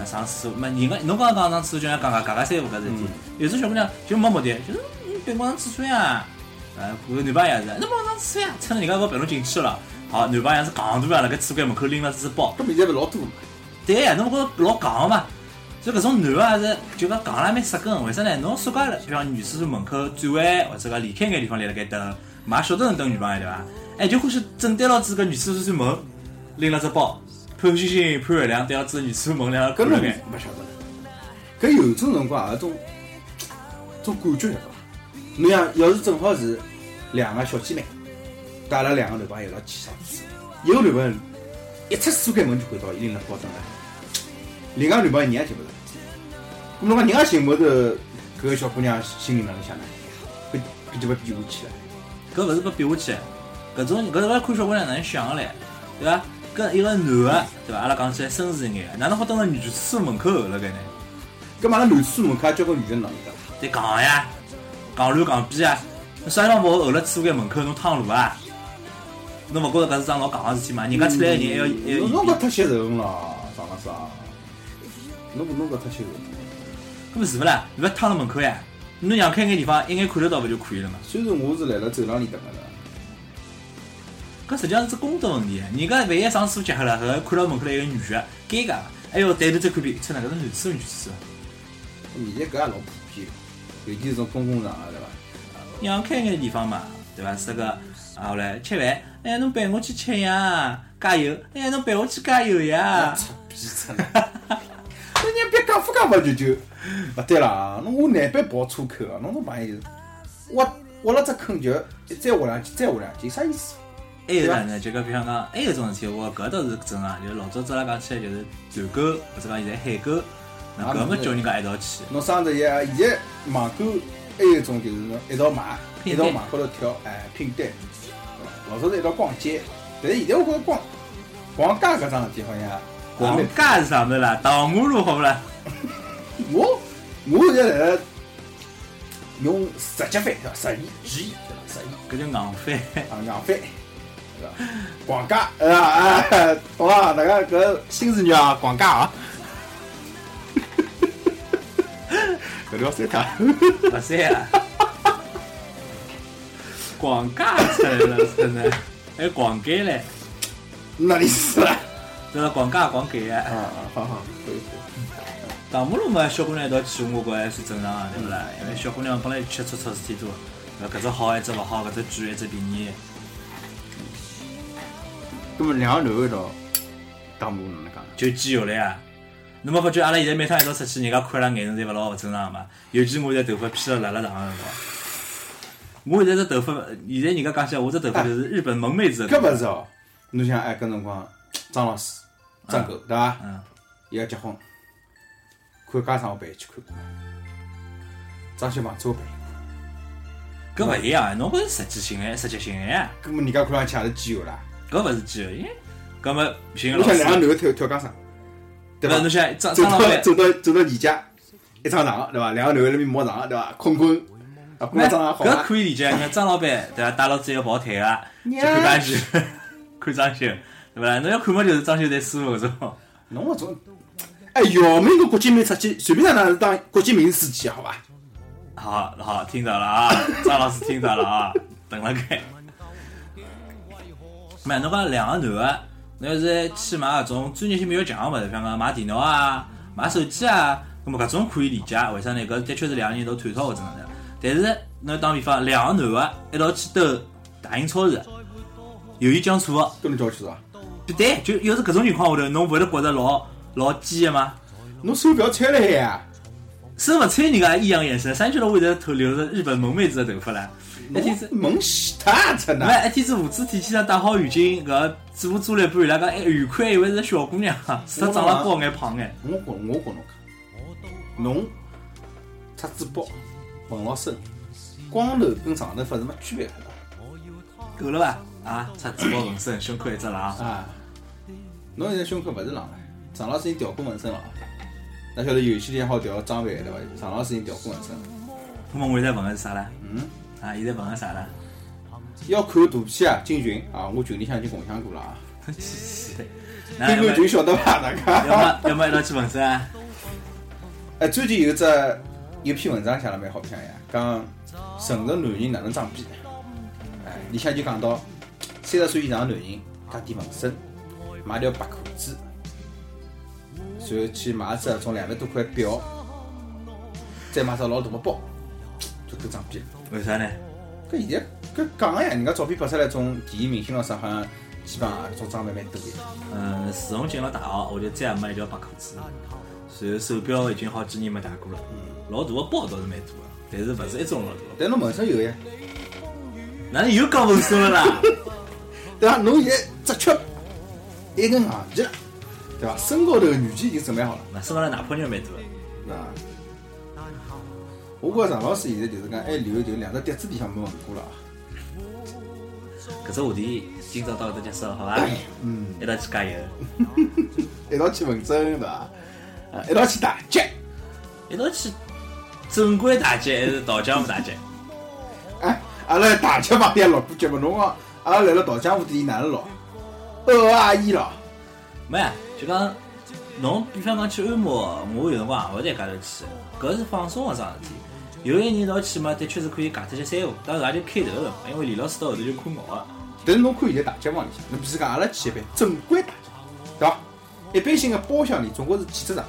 Speaker 2: 啊，上次没人家，侬刚刚讲上次就像讲讲讲讲三胡搿事体，有种小姑娘就没目的，就是嗯，别光上厕所呀，啊，搿个男朋友也是，侬帮我上厕所呀，趁人家勿陪侬进去了。好，男朋友是戆大啊，辣盖厕所间门口拎了只包，
Speaker 4: 搿现在勿老多嘛？
Speaker 2: 对呀，侬觉着老戆个嘛？所以搿种男个也是就讲戆了也蛮杀根的，为啥呢？侬说家比方女厕所门口转弯或者讲离开眼地方立辣盖等，嘛也晓得能等女朋友对伐？哎，就欢喜正对牢自己个女厕所扇门，拎了只包，潘星星、潘月亮对牢自己女厕所门两个
Speaker 4: 搿
Speaker 2: 看了
Speaker 4: 侬
Speaker 2: 眼，
Speaker 4: 勿晓得了。搿有种辰光也是种种感觉晓得伐？侬像要是正好是两个小姐妹，带了两个男朋友一道去上厕所，一个男朋友一出厕所间门就看到伊拎了包灯来，另外个男朋友人也寻勿着。咾侬讲人家寻勿着，搿个小姑娘心里哪能想呢？搿搿就勿比下去了。
Speaker 2: 搿勿是被比下去，搿种搿是要看小姑娘哪能想个唻，对伐？搿一个男个对伐？阿拉讲起来绅士一眼的，哪能好蹲辣女厕所门口候辣盖呢？
Speaker 4: 搿嘛，阿拉男厕所门口也交关女的哪能介？
Speaker 2: 对戆呀，戆乱戆逼啊呀！侬啥地方勿好候辣厕所间门口侬趟路啊？侬勿觉着搿是桩老戆个事体吗？人家出来个人还要还要
Speaker 4: 嗯侬侬搿太吸人了，上了上。啊侬侬搿太吸人了。
Speaker 2: 搿么是勿啦？勿要趟辣门口呀？侬让开眼地方，一眼看得到勿就可以了嘛？
Speaker 4: 虽然我是来了走廊里等个的，
Speaker 2: 搿实际上是只公德问题啊！人家万一上厕所急黑了，后看到门口来一个女个，尴尬。哎哟，抬头再看遍，操，哪搿是男厕所女厕所？
Speaker 4: 现在搿也老普遍，尤其是种公共场合对伐？
Speaker 2: 让开眼地方嘛，对伐？是个啊，后来吃饭，哎，侬陪我去吃呀，加油！哎，侬陪我去加油呀！
Speaker 4: 逼死了！那人家别讲副讲勿就就，勿对啦！侬我难办跑车口啊！侬侬朋友挖挖了只坑就再挖两记，再挖两记，啥意思？
Speaker 2: 还有啥呢？就讲比方讲，还有种事体，我搿倒是正常。就是老早子阿拉讲起来，就是团购或者讲现在海购，那搿么叫人家一道去，
Speaker 4: 侬生日也现在网购还有一种就是侬一道买，
Speaker 2: 拼
Speaker 4: 一
Speaker 2: 单
Speaker 4: 道网高头跳，哎，拼单。老早是一道逛街，但是现在我觉着逛逛街搿桩事体好像
Speaker 2: 逛
Speaker 4: 也蛮
Speaker 2: 街是啥物事啦？荡马路好不啦？
Speaker 4: 我我现在辣盖用十级翻，对伐？十亿、十亿，对伐？十亿
Speaker 2: 搿叫硬翻。
Speaker 4: 啊，硬翻，对伐？逛街，对伐？啊，懂了，大家搿新词语啊，逛街啊。搿条删脱。
Speaker 2: 勿删 啊！广告出来了，真的，还广告嘞，
Speaker 4: 哪里死了？
Speaker 2: 这是广告广告
Speaker 4: 啊
Speaker 2: 啊！
Speaker 4: 啊，好好，可以。
Speaker 2: 荡马路嘛，小姑娘一道去，我觉还是正常的，对不啦？因为小姑娘本来就吃醋错事体多，对伐？搿只好，一只勿好，搿只贵，一只便宜，
Speaker 4: 那么两个男的一道打马路哪能讲？
Speaker 2: 就机油了呀！侬没发觉阿拉现在每趟一道出去，人家看阿拉眼神侪勿老勿正常嘛？尤其我现在头发披了辣辣长个辰光，我现在这头发，现在人家讲起来，我这头发就是日本萌妹子的头
Speaker 4: 搿
Speaker 2: 发。
Speaker 4: 勿是哦，侬想哎，搿辰光张老师、张狗对伐？
Speaker 2: 嗯，
Speaker 4: 伊要结婚，看家长我陪伊去看过，张小房子我陪伊看。
Speaker 2: 搿勿一样，啊侬搿是实际性哎，实际性哎。
Speaker 4: 搿么人家看上去也是基友啦。
Speaker 2: 搿勿是机会，因为搿么寻
Speaker 4: 我
Speaker 2: 个老
Speaker 4: 想
Speaker 2: 师
Speaker 4: 两个，男的跳跳江上，对伐
Speaker 2: 伐？侬？想张
Speaker 4: 走
Speaker 2: 张
Speaker 4: 到
Speaker 2: 老板，
Speaker 4: 走到走到宜家，一张床对伐？两个男的辣面摸床对伐？困困，啊，
Speaker 2: 那
Speaker 4: 困张好
Speaker 2: 搿
Speaker 4: 啊。
Speaker 2: 可以理解，因为张老板对伐？带牢子要跑腿个，去看张秀， 看张秀，对伐？侬要看么就是张秀在师傅搿种，
Speaker 4: 侬搿种，哎，姚明跟郭敬明出去，随便哪能当郭敬明司机好伐？
Speaker 2: 好好听到了啊，张老师听到了啊，等了该。买侬讲两个男个，侬要是去买搿种专业性比较强个物事，比方讲买电脑啊、买手机啊，葛么搿种可以理解，为啥呢？搿的确是两个人一道探讨搿种的。但是侬打比方，两个男个一道去兜大型超市，友谊相处个，
Speaker 4: 跟侬叫去是啊伐？
Speaker 2: 对对，就要是搿种情况下头，侬勿会得觉着老老鸡个吗？
Speaker 4: 侬手不要拆了海啊呀！
Speaker 2: 是勿睬人家异样眼神，三觉得我现在头留着日本萌妹子的头发唻，一天子。
Speaker 4: 萌死他着呢！
Speaker 2: 那一天子胡子体天上戴好浴巾，搿嘴巴遮了一半，伊拉讲哎，余宽以为是小姑娘，啊是她长了高眼胖眼。
Speaker 4: 我跟我跟侬讲，侬擦嘴巴纹牢身，光头跟长头发是没区别的
Speaker 2: 够了吧？啊，擦嘴巴纹身，胸口一只狼，
Speaker 4: 啊！侬现在胸口勿是狼了，长老师已经调过纹身了啊。那晓得有些人好调装扮对伐？长老师已经调过纹身了，
Speaker 2: 那么我现在纹的是啥啦？
Speaker 4: 嗯，
Speaker 2: 啊，现在纹的啥啦？
Speaker 4: 要看图片啊，进群啊，我群里向已经共享过了啊。
Speaker 2: 气死人那要
Speaker 4: QQ 群
Speaker 2: 么
Speaker 4: 晓得伐？大
Speaker 2: 哎
Speaker 4: 家？
Speaker 2: 要么要么一道去纹身啊？
Speaker 4: 哎，最近有只有篇文章写了蛮好看呀，讲成熟男人哪能装逼。哎，里向就讲到三十岁以上的男人加点纹身，买条白裤子，然后去买只种两万多块表，再买只老大个包，就够装逼了。
Speaker 2: 为啥呢？
Speaker 4: 搿现在搿讲个呀，人家照片拍出来种第一明星咾啥，好像基本上搿种装扮蛮多的。
Speaker 2: 嗯，自从进了大学，我就再也没一条白裤子了。然后手表已经好几年没戴过了，老大个包倒是蛮大个，但是勿是一种老大个包。
Speaker 4: 但侬纹身有呀，
Speaker 2: 哪能又讲纹身了啦？
Speaker 4: 对伐？侬现在只缺一根硬皮了，对伐？身高头个软件已经准备好了。
Speaker 2: 那身高头哪泡妞蛮多个。
Speaker 4: 啊，我觉着常老师现在就是讲还哎留就两只碟子里向没闻过了啊。
Speaker 2: 搿只话题今朝到搿搭结束，好伐？嗯，一道去加油，
Speaker 4: 一道去纹身对伐？啊，一道去打劫。
Speaker 2: 一道去正规打劫还是倒江湖打劫？
Speaker 4: 哎，阿拉打劫房店录过节目，侬讲啊阿拉来了桃江湖店哪能录？二阿姨咯，
Speaker 2: 没啊，就讲侬比方讲去按摩，我有辰光也会得一家头去，搿是放松个桩事体。有一人一道去嘛，的确是可以尬脱些三胡，当然也就开头了嘛，因为李老师到后头就看咬了。
Speaker 4: 但是侬看现在打劫房里向，侬比如讲阿拉去一般正规打劫，对伐？一般性个包厢里总归是几只人，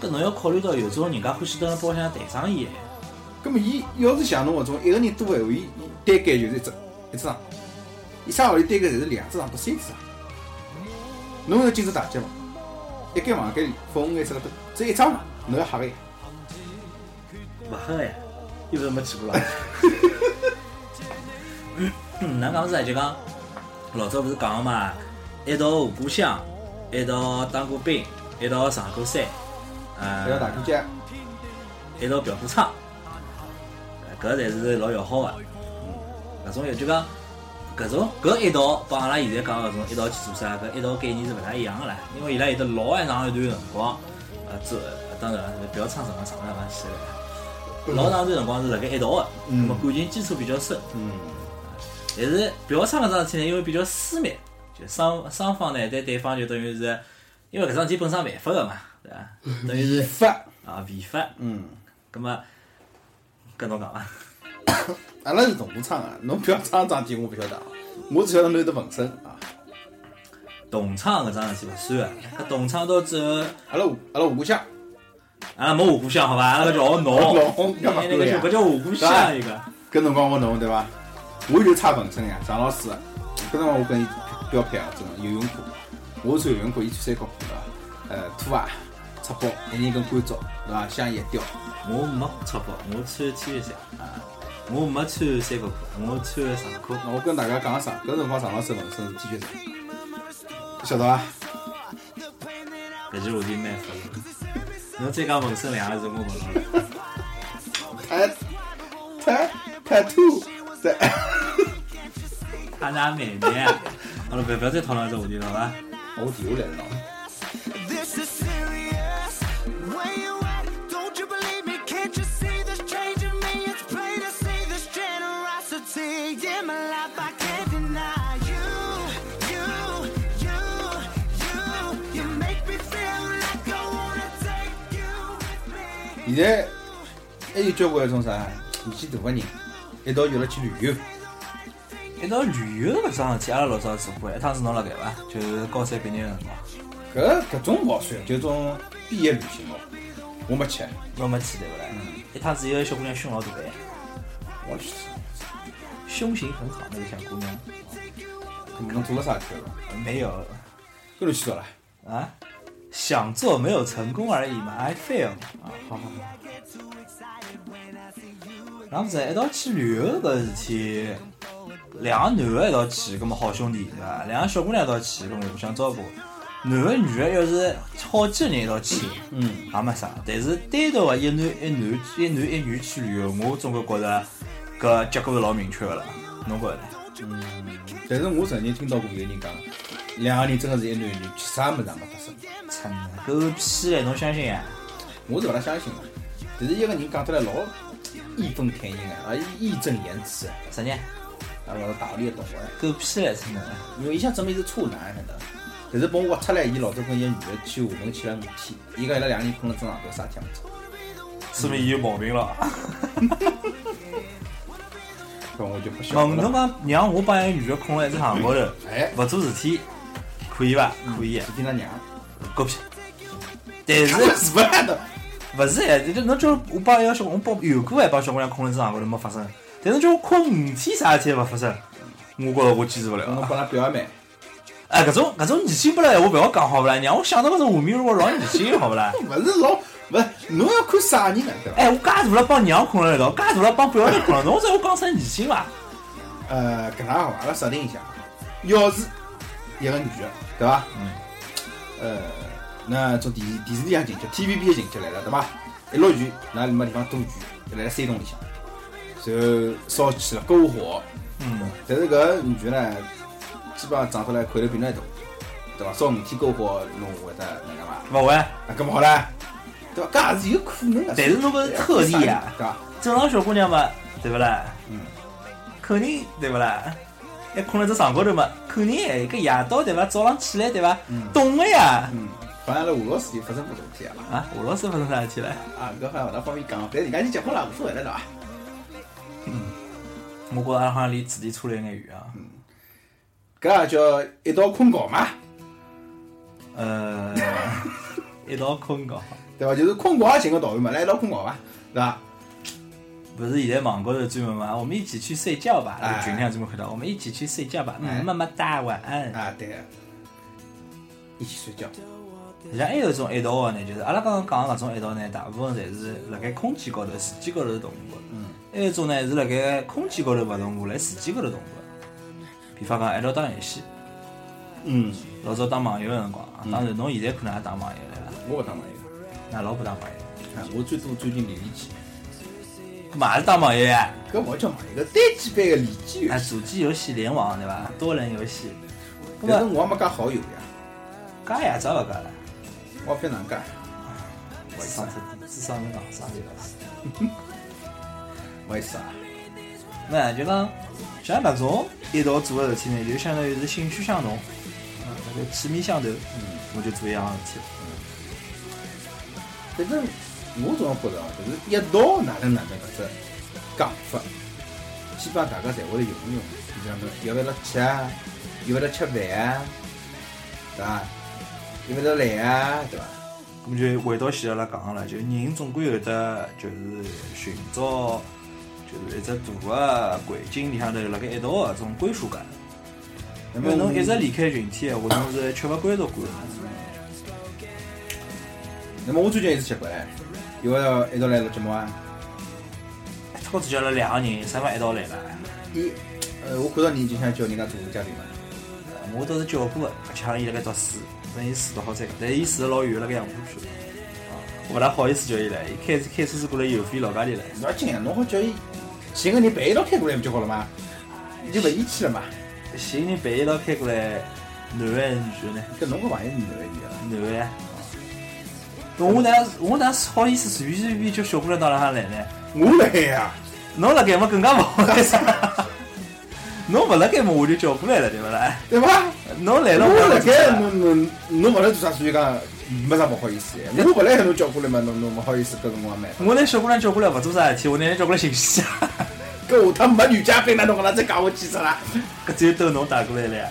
Speaker 2: 搿侬要考虑到有种人家欢喜蹲辣包厢谈生意，
Speaker 4: 葛末伊要是像侬搿种一个人多个闲话，伊伊单间就是一只一只床，伊啥道理单间侪是两只床到三只床。侬要进只大间房，一间房间里封眼只个灯，只一张床，侬要吓个呀？
Speaker 2: 勿黑个呀，又勿是没去过啦。 嗯，哪讲是啊？就讲老早勿是讲个嘛，一道下过乡，一道当过兵，一道上过山，
Speaker 4: 还要大
Speaker 2: 呃，
Speaker 4: 过街，
Speaker 2: 一道嫖过嗯娼，呃搿才是老要好个。搿种就讲搿种搿一道帮阿拉现在讲搿种一道去做啥，搿一道概念是勿大一样个啦。因为伊拉有得老长一段辰光，呃，做呃当然了勿要唱什么长了讲起来，老长一段辰光是辣盖一道个，那么感情基础比较深。呃
Speaker 1: 嗯，
Speaker 2: 但是嫖娼搿桩事体呢，因为比较私密，就双双方呢对对方就等于是，因为搿桩事体本身犯法个嘛，对伐？等于是
Speaker 4: 发，
Speaker 2: 啊违法，
Speaker 4: 嗯，
Speaker 2: 葛末搿侬讲伐？
Speaker 4: 阿拉是同步唱啊，侬不要唱张体，我不晓得啊，我只晓得侬有得纹身啊。
Speaker 2: 同唱搿桩事体勿算个，搿同唱到最后，
Speaker 4: 阿拉阿拉五姑乡，
Speaker 2: 阿啊拉没下过乡好伐？阿拉搿叫学
Speaker 4: 老
Speaker 2: 侬，
Speaker 4: 红
Speaker 2: 那
Speaker 4: 干嘛
Speaker 2: 个就搿叫下过乡一个。
Speaker 4: 跟侬讲我侬对伐？我就差纹身呀，张老师。搿辰光我跟伊标配啊，真的游泳裤，我穿游泳裤，伊穿三角裤对伐？呃，拖鞋、赤包，一人一根硅胶对伐？香烟一叼，
Speaker 2: 我没赤膊，我穿 T 恤衫啊，我没穿三角裤，我穿长裤。
Speaker 4: 那我跟大家讲啥？搿辰光张老师纹身是 T 恤衫，晓得伐？
Speaker 2: 搿句话题蛮复杂。侬再讲纹身两个字，我勿懂了。
Speaker 4: 太太太土，对，
Speaker 2: 他哪妹妹啊？好了，不要不要再讨论这个话题了，好吧？
Speaker 4: 我停下来了。
Speaker 3: This is serious. Where you at? Don't you believe me? Can't you see this change in me? It's plain to see this generosity in my life. I can't deny you, you, you, you. You make me feel like I wanna take you with me.
Speaker 4: 现在还有交关一种啥年纪大个人，一道约了去旅游，
Speaker 2: 一道旅游搿桩事体，阿拉老早做过，一趟是侬辣盖伐？就是高三毕业个辰光，
Speaker 4: 搿搿种勿好算，就种毕业旅行哦。我没去，
Speaker 2: 侬没去对勿啦？一趟子有个小姑娘胸老大个，
Speaker 4: 我去，
Speaker 2: 胸型很好，那个小姑娘
Speaker 4: 搿么侬做了啥去了？
Speaker 2: 没有
Speaker 4: 搿侬去做了？
Speaker 2: 啊，想做没有成功而已嘛，I fail 啊，好好好。然后在一道去旅游搿事体，两个男个一道去，葛么好兄弟对伐？两个小姑娘一道去，葛么互相照顾。男个女个要是好几个人一道去，
Speaker 4: 嗯，
Speaker 2: 也没啥。但是单独个一男一女一男一女去旅游，我总归觉着搿结果是老明确个了。侬觉着呢？
Speaker 4: 但是我曾经听到过有人讲，两个人真的是一男一女，其啥物事也没发生。
Speaker 2: 真的狗屁嘞！侬相信啊？
Speaker 4: 我是勿大相信个，但是一个人讲得来老义愤填膺个，而义正言辞个，
Speaker 2: 啥人？
Speaker 4: 阿拉大理也懂个。
Speaker 2: 狗屁嘞！真的。
Speaker 4: 因为伊想证明是处男，晓得。但是把我挖出来，伊老早跟一个女的去厦门去了五天，伊讲伊拉两个人困了张床头，啥体样子？
Speaker 2: 说明伊有毛病了。
Speaker 4: 搿我就不晓
Speaker 2: 问
Speaker 4: 得
Speaker 2: 侬
Speaker 4: 了。
Speaker 2: 讲让我帮一个女的困了一只床高头，
Speaker 4: 哎，嗯
Speaker 2: 勿做事体，可以伐？可以，
Speaker 4: 只听他娘，
Speaker 2: 狗屁。但是
Speaker 4: 是勿啦都？
Speaker 2: 勿是哎，就侬叫我帮一个小我帮有过一帮小姑娘困了一只床高头没发生，但是叫我困五天啥事体也勿发生，我觉着我坚持勿了。
Speaker 4: 侬帮他表阿妹，
Speaker 2: 哎，搿种搿种逆心不来闲话勿要讲好勿啦？让我想到搿种画面，我老逆心好勿啦？
Speaker 4: 勿是老勿是，侬要看啥人啊，对伐？
Speaker 2: 哎，我介大了帮娘困了一道，介大了帮表妹困了，侬在我讲成逆心伐？
Speaker 4: 呃，搿能好，阿拉设定一下，要是一个女的，对伐？
Speaker 2: 嗯。
Speaker 4: 呃，那从电电视里向情节，TVB 的情节来了，对伐？一落雨，那里没地方躲雨，就来山洞里向，然后烧起了篝火。
Speaker 2: 嗯，
Speaker 4: 但是搿女的呢，基本上长出来块头比侬还大，对伐？烧五天篝火，侬会得哪能伐？
Speaker 2: 勿会。
Speaker 4: 啊，搿么好唻，对伐？搿也是有可能的。
Speaker 2: 但是侬搿是特例啊
Speaker 4: 对伐？
Speaker 2: 正常小姑娘嘛，对不啦？
Speaker 4: 嗯，
Speaker 2: 肯定对不啦？还困了只床高头嘛，肯定哎，搿夜到对伐？早浪起来对伐？懂个呀。
Speaker 4: 嗯，好像阿拉吴老师就发生过这种事体啊。
Speaker 2: 啊，我老师发生啥事体了？
Speaker 4: 啊，搿好像勿大方便讲，但人家已经结婚了，无所谓了，对伐？
Speaker 2: 我觉着阿拉好像离主题差了一眼远啊。
Speaker 4: 嗯搿也叫一道困觉嘛，
Speaker 2: 呃， 一道困觉，
Speaker 4: 对伐？就是困觉也寻个导游嘛，来一道困觉伐？对伐？
Speaker 2: 不是现在网高头专门嘛？我们一起去睡觉吧。
Speaker 4: 哎
Speaker 2: 那个群里向专门看到，我们一起去睡觉吧。
Speaker 4: 哎
Speaker 2: 嗯，么么哒，晚安。
Speaker 4: 啊，对个，一起睡觉。
Speaker 2: 实际上还有一种一道的呢，就是阿拉刚刚讲的搿种一道呢，大部分侪是辣盖空间高头、时间高头动过。嗯。还有一种呢是辣盖空间高头勿动过，辣时间高头动过。比方讲一道打游戏，
Speaker 4: 嗯，
Speaker 2: 老早打网游个辰光啊，当然侬现在可能也打网游了啦，
Speaker 4: 啊我勿打网游，
Speaker 2: 㑚老婆打网游。
Speaker 4: 啊，我最多最近练练剑，
Speaker 2: 嘛是当网页呀？
Speaker 4: 搿勿叫网页，搿单机版个联机游
Speaker 2: 啊，
Speaker 4: 戏，
Speaker 2: 主机游戏联网对伐？多人游戏，搿
Speaker 4: 但是
Speaker 2: 么
Speaker 4: 我也没加好友呀，
Speaker 2: 加呀，早勿加了？
Speaker 4: 我非哪能加？
Speaker 2: 智商低，智商有硬伤这个事。
Speaker 4: 勿好意思啊，
Speaker 2: 那就讲像搿种一道做个事体呢，就相当于是兴趣相同，嗯，那个气味相投，嗯，我就做一样的事体。
Speaker 4: 反正我总觉着啊，就是一道哪能哪能搿只讲法，基本上大家侪会得用一用，就像侬要勿要来吃啊，要勿要来吃饭啊，对伐？要勿要来啊，对伐？
Speaker 2: 咁就回到前头阿拉讲个了，就人总归有得就是寻找，就是一只大个环境里向头辣盖一道个种归属感。
Speaker 4: 那
Speaker 2: 因
Speaker 4: 么
Speaker 2: 为侬一直
Speaker 4: 我，
Speaker 2: 离开群体的话，侬是缺乏归属感的。
Speaker 4: 那么我最近一次吃过来，要勿要一道来录节目啊？
Speaker 2: 脱只叫了两个人，啥么一道来了？
Speaker 4: 你，呃，我看到你就想叫人家做嘉宾嘛，
Speaker 2: 我倒是叫过的，而且好像伊辣盖读书，等伊书读好再讲。但伊住得老远，辣盖杨浦区。啊我勿大好意思叫伊来，伊开开车子过来邮费老家里来。
Speaker 4: 勿要紧，侬好叫伊寻个人陪一道开过来勿就好了嘛？你就勿嫌弃了嘛？
Speaker 2: 寻人陪伊一道开过来，男的还是女的呢？
Speaker 4: 搿侬搿朋友是男的女的啦？
Speaker 2: 男的呀。啊我哪我哪好意思随随便便叫小姑娘到浪向来呢？
Speaker 4: 我来呀，
Speaker 2: 侬辣盖么更加勿好意思。侬勿辣盖么我就叫过来了，对勿啦？
Speaker 4: 对伐？
Speaker 2: 侬来了
Speaker 4: 我
Speaker 2: 也
Speaker 4: 辣
Speaker 2: 勿知道
Speaker 4: 盖侬侬侬勿来做啥，所以讲没啥勿好意思的。我勿来喊侬叫过来嘛，侬侬勿好意思搿辰光蛮。
Speaker 2: 我拿小姑娘叫过来勿做啥事体，我拿伊叫过来寻死啊！
Speaker 4: 搿下趟没女嘉宾了，侬搿能再讲下去啥啦？
Speaker 2: 搿只有等侬带过来了呀！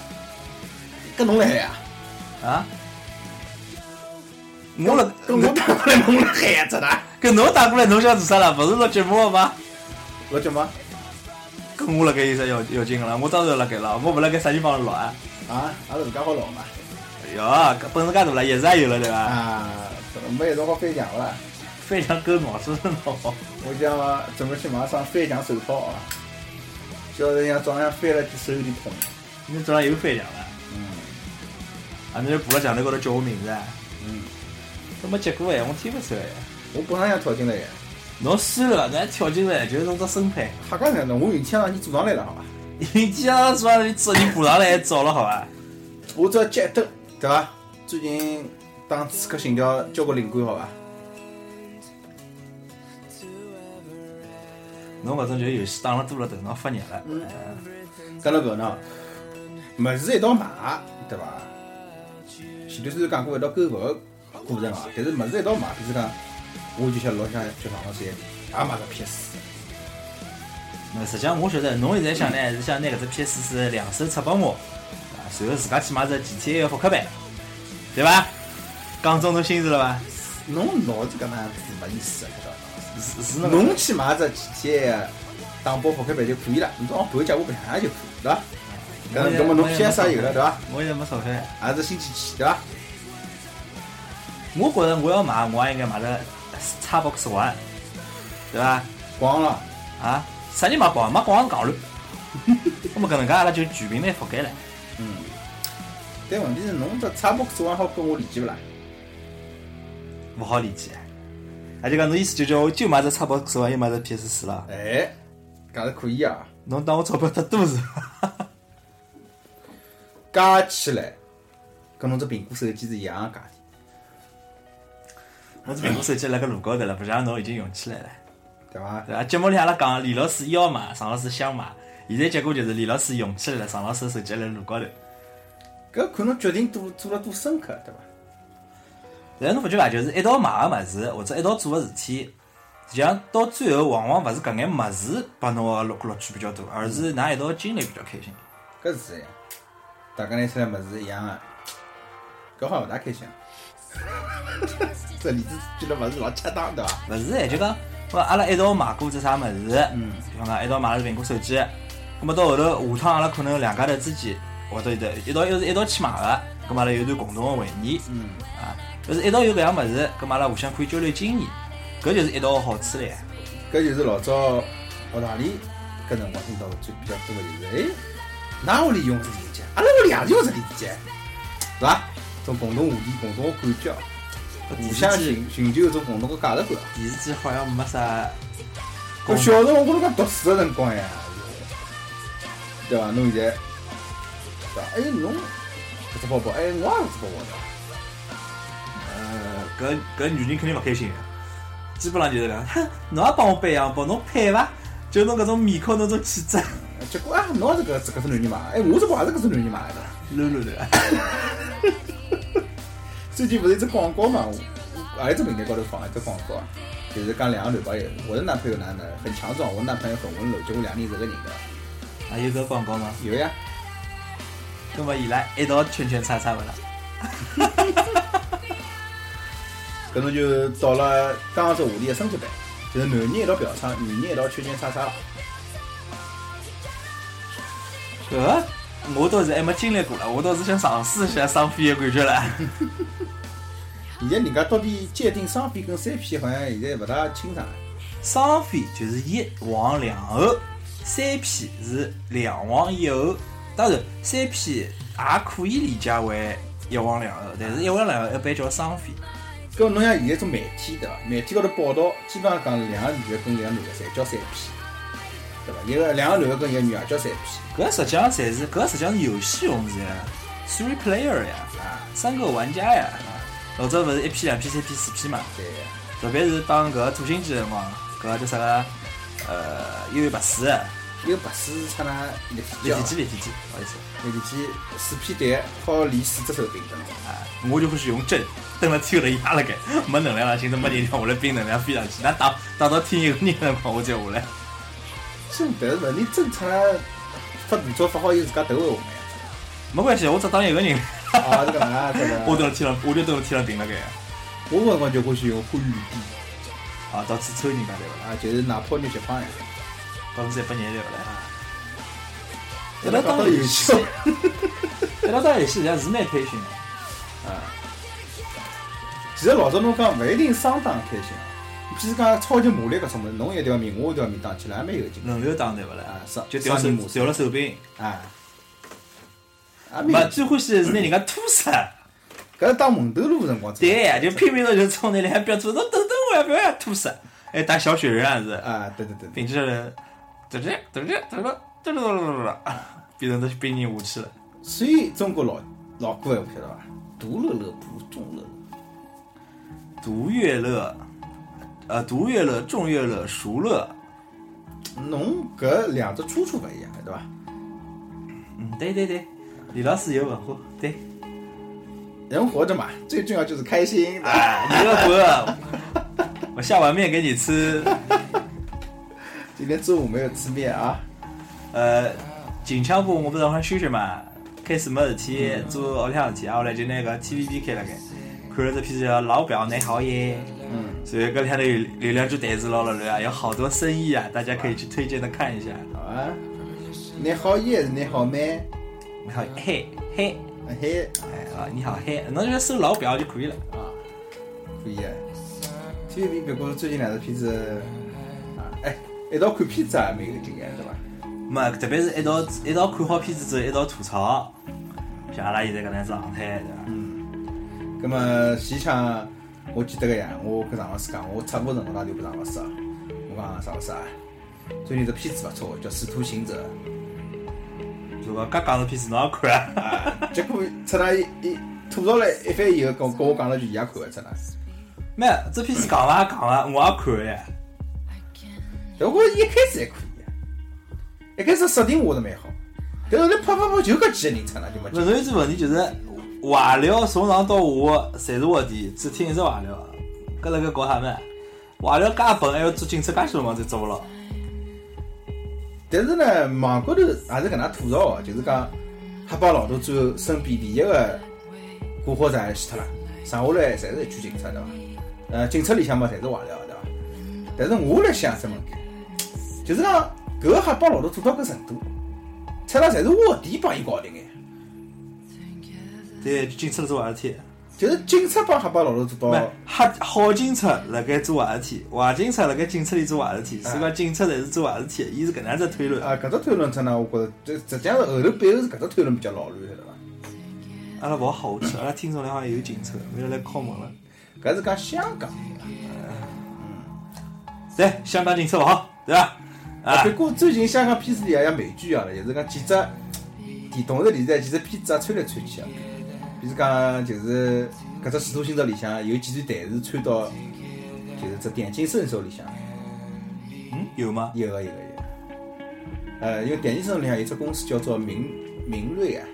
Speaker 4: 搿侬来呀？
Speaker 2: 啊？我辣
Speaker 4: 搿我打过来侬来喊呀，咋啦？
Speaker 2: 搿侬带过来，侬想做啥啦？勿是录节目的吗？
Speaker 4: 老舅妈
Speaker 2: 搿我辣盖有啥要要紧个啦？我当然辣盖了，我勿辣盖啥地方录啊？
Speaker 4: 啊，阿拉自家好老嘛
Speaker 2: 哎呀，搿本事介大了，现在有了对伐？
Speaker 4: 啊，没有辰光翻墙了。
Speaker 2: 非常够脑子的脑。
Speaker 4: 我想准备去买双翻墙手套啊，叫人家早上翻了手有点痛。
Speaker 2: 你早上又翻墙了，
Speaker 4: 嗯
Speaker 2: 啊，你就爬到墙头高头叫我名字啊？
Speaker 4: 嗯，
Speaker 2: 搿没结果哎，我听勿出来。
Speaker 4: 我本上想跳进来的，
Speaker 2: 侬输了，侬还跳进来，就是侬只身配。
Speaker 4: 瞎讲啥呢？我运气让你做上来了，好吧？
Speaker 2: 你既然说啊你早，你爬上来还早了好伐？
Speaker 4: 我只要接一灯，对伐？最近打刺客信条交关灵感，好伐？
Speaker 2: 侬搿种就是游戏打了多了，头脑发热了。嗯，
Speaker 4: 讲到搿呢，物事一道买，对伐？前头虽然讲过一道购物个过程啊，但是物事一道买，比如讲，我就想老想叫王老师也啊买个 PS，
Speaker 2: 那实际上我晓得，侬现在想呢是想拿搿只 PS 四两手出拨我，啊，随后自家去买只 GTA 的复刻版，对伐？讲中侬心思了伐？
Speaker 4: 侬脑子搿能样子没意思，晓得伐？
Speaker 2: 是是那个。
Speaker 4: 侬去买只 GTA 打包复刻版就可以了，侬按半价我白相就可以了，对伐？搿搿么侬 PS 也有了对伐？？
Speaker 2: 我现在没钞票。
Speaker 4: 还是新机器对伐？
Speaker 2: 我觉着我要买，我也应该买只 Xbox One，对伐？
Speaker 4: 光了，
Speaker 2: 啊，啥人买光？买光是戆乱。那么搿能介阿拉就全屏来覆盖了。
Speaker 4: 嗯。但问题是侬只 Xbox One 好跟我联机勿啦？
Speaker 2: 勿好理解。啊，就讲侬意思就叫我就买只 Xbox One，又买只 PS 四了。
Speaker 4: 哎，搿是可以啊。
Speaker 2: 侬当我钞票太多是伐？
Speaker 4: 加起来，跟侬只苹果手机是一样个价钿。
Speaker 2: 我这苹果手机辣盖路高头了，不像侬已经用起来了。
Speaker 4: 对伐？
Speaker 2: 对伐？节目里阿拉讲李老师要买，常老师想买，现在结果就是李老师用起来了，常老师手机辣路高头。
Speaker 4: 搿看侬决定多做了多深刻，对伐？
Speaker 2: 然后侬勿觉伐？就是一道买个物事，或者一道做个事体，实际上到最后往往勿是搿眼物事帮侬个乐乐趣比较大，而是㑚一道经历比较开心。
Speaker 4: 搿是的呀，大家拿出来物事一样啊，搿好像勿大开心 啊。这例子举了勿是老恰当，对伐？
Speaker 2: 勿是哎，就讲，我阿拉一道买过只啥物事，嗯，就讲一道买了苹果手机，葛末到后头下趟阿拉可能两家头之间，或者有得一道又是一道去买个，葛末阿拉有段共同个回忆，嗯，啊，就是一道有搿样物事，葛末阿拉互相可以交流经验，搿就是一道个好处唻。
Speaker 4: 搿就是老早学堂里搿辰光听到最比较多的就是，哎，㑚屋里用这电机，阿拉屋里也是用这电机，是伐？种共同话题、共同的感觉，
Speaker 2: 搿
Speaker 4: 互
Speaker 2: 电
Speaker 4: 相
Speaker 2: 视机，
Speaker 4: 寻寻求一种共同的价值观。
Speaker 2: 电视机好像没啥
Speaker 1: 功
Speaker 4: 小辰光，我跟侬讲读书个辰光呀，对伐？侬现在，对伐？哎，侬搿只宝宝，哎，我也搿只宝宝对伐？
Speaker 2: 呃，搿搿女人肯定勿开心，基本上就是讲，哼，侬也帮我背洋包，侬配伐？就侬搿种面孔，侬种气质，
Speaker 4: 结果啊，侬也是搿只搿只男人嘛，哎，我这光也是搿只男人嘛，对伐？
Speaker 2: 溜溜的。啊
Speaker 4: 最近勿是一只广告嘛，我啊一只平台高头放了一只广告啊，就是讲两个男朋友，我的男朋友哪能很强壮，我的男朋友很温柔，结果两个人是个人的，
Speaker 2: 还啊有搿广告吗？
Speaker 4: 有呀，
Speaker 2: 葛末伊拉一道圈圈叉叉勿啦？
Speaker 4: 搿侬就到了刚只话题的升级版，就是男人一道嫖娼，女人一道圈圈叉叉了。
Speaker 2: 搿我倒是还没经历过了，我倒是想尝试一下双飞的感觉了。
Speaker 4: 现在人家到底界定双 P 跟三 P 好像现在勿大清爽了。
Speaker 2: 双飞就是一王两后，三 P 是两王一后。当然，三 P 也可以理解为一王两后，但是一王两后一般叫双飞。
Speaker 4: 搿侬像现在种媒体对伐？媒体高头报道，基本上讲两个女的跟两个男的侪叫三 P，对伐？一个两个男的跟一个女的也叫三 P
Speaker 2: 搿实际上才是，搿实际上是游戏用词呀，three player 呀，
Speaker 4: 啊，
Speaker 2: 三个玩家呀，或者勿是一 P、两 P、三 P、四 P 嘛。
Speaker 4: 对。
Speaker 2: 特别是当搿土星机辰光，搿叫啥个？呃，幽游白书，
Speaker 4: 一个白书出那立体
Speaker 2: 立
Speaker 4: 机啊
Speaker 2: 体，机，立体机，不好意思
Speaker 4: 立体机四 P 台好连四只手柄的。
Speaker 2: 啊，我就欢喜用针蹲了天了压辣盖，没能量了，寻思没人让我来冰能量飞上去，那打打到天有人的辰光我再下来。
Speaker 4: 真但是问题真出来发皮照发好有自家头会红
Speaker 2: 没关系，我只打一个人，
Speaker 4: 哎。啊，这个啊，这个。
Speaker 2: 我蹲了天上，我就蹲了天上冰了盖，
Speaker 4: 我辰光就欢喜用欢雨滴
Speaker 2: 啊，到处抽人家对伐？
Speaker 4: 啊，就是拿泡妞吃胖呀。
Speaker 2: 到处侪拨人对
Speaker 4: 搿
Speaker 2: 伐？搿
Speaker 4: 搭
Speaker 2: 搭
Speaker 4: 当
Speaker 2: 当
Speaker 4: 然
Speaker 2: 然
Speaker 4: 有
Speaker 2: 有
Speaker 4: 效
Speaker 2: 效，搿搭打游戏实际上是蛮开心的。
Speaker 4: 其实老早侬讲勿一定相当开心啊，譬如讲超级马力搿种物事，侬一条命，我一条命打起来也蛮有劲
Speaker 2: 轮流打对勿啦
Speaker 4: 啊上？
Speaker 2: 就调手
Speaker 4: 上人模式
Speaker 2: 调了手柄，
Speaker 4: 啊。啊，
Speaker 2: 勿
Speaker 4: 蛮
Speaker 2: 最欢喜的是拿人家拖死。
Speaker 4: 搿是打蒙头路辰光。
Speaker 2: 对呀，就拼命的就冲那里，还不要走，侬等等我呀，不要呀，吐死！哎，打小雪人啊是，
Speaker 4: 啊，对对对对，
Speaker 2: 并且人，嘟着嘟着嘟着嘟着嘟着嘟着，变成都是被你武器了。
Speaker 4: 所以中国老老歌闲话晓得伐？独乐乐不众乐乐，
Speaker 2: 独乐乐，呃，独乐乐、众乐乐、熟乐，
Speaker 4: 侬搿两只出处勿一样，对伐？
Speaker 2: 嗯，对对对，李老师有文化，对。
Speaker 4: 人活着嘛，最重要就是开心。对吧
Speaker 2: 啊，你个活，我下碗面给你吃。
Speaker 4: 今天中午没有吃面啊，
Speaker 2: 呃，近腔部我不是还休息嘛，开始没事体做屋里向事体，啊后来就拿搿 TVB 开了盖，看了这片子叫《老表你好耶》，
Speaker 4: 嗯，
Speaker 2: 所以搿里向头有有两句台词老老流啊，有好多深意啊，大家可以去推荐的看一下。
Speaker 4: 好啊，你好夜，你好咩？
Speaker 2: 你好嘿嘿，
Speaker 4: 啊嘿，
Speaker 2: 哎啊，你好嘿，侬就搜老表就可以了。
Speaker 4: 啊，可以啊。TVB 别过最近两只片子，啊，哎，一道看片子也蛮有经验，对伐？
Speaker 2: 嘛，特别是一道一道看好片子之后，一道吐槽，像阿拉现在搿能样子状态，对伐？
Speaker 4: 那么前腔我记得个呀，我跟常老师讲，我出国辰光打电话拨常老师啊，我讲常老师啊，最近这片子勿错，叫《使徒行者》。
Speaker 2: 如果刚讲的片子侬也看啊？
Speaker 4: 结果出来一一吐槽了一番以后，跟我跟我讲了句，伊也看勿出来。
Speaker 2: 没，这片子讲伐讲伐，我也看了呀。
Speaker 4: 但我一开始还可以，啊一开始设定画得蛮好，但后来啪啪啪就搿几个人出来就没
Speaker 2: 勿
Speaker 4: 劲。
Speaker 2: 侬有只问题就是，话聊从上到下侪是话题，只听一只话聊，搿辣盖搞啥么？话聊介笨，还要做警察介许多辰光才做勿牢。
Speaker 4: 但是呢，网高头也是搿能吐槽哦，就是讲黑帮老大最后身边第一个古惑仔死脱了，剩下来侪是一群警察对伐？呃，警察里向嘛侪是坏料对伐？但是我来想只问题，就是讲搿个黑帮老大做到搿程度，出来侪是卧底帮伊搞定个，
Speaker 2: 对，警察做坏事体，
Speaker 4: 就是警察帮黑帮老大做
Speaker 2: 没
Speaker 4: 到。
Speaker 2: 好好警察辣盖做坏事体，坏警察辣盖警察里做坏事体，所以讲警察侪是做坏事体，伊是搿能样子推论。
Speaker 4: 啊，搿只推论出呢，我觉着这实际上是后头背后是搿只推论比较老卵，晓得伐？
Speaker 2: 阿拉勿好下去，阿拉听众里好像有警察，勿要来敲门了。
Speaker 4: 搿是讲香港，
Speaker 2: 对，香港警察勿好，对伐？啊
Speaker 4: 不，过最近香港片子里也像美剧一样了，就是讲几只电同时里头几只片子也穿来穿去啊。比如讲，就是搿只《使徒行者》里向有几段台词穿到，就是只《电竞圣手》里向
Speaker 2: 嗯，有吗？
Speaker 4: 有啊个有个有个。呃，因为《电竞圣手》里向有只公司叫做明明锐啊，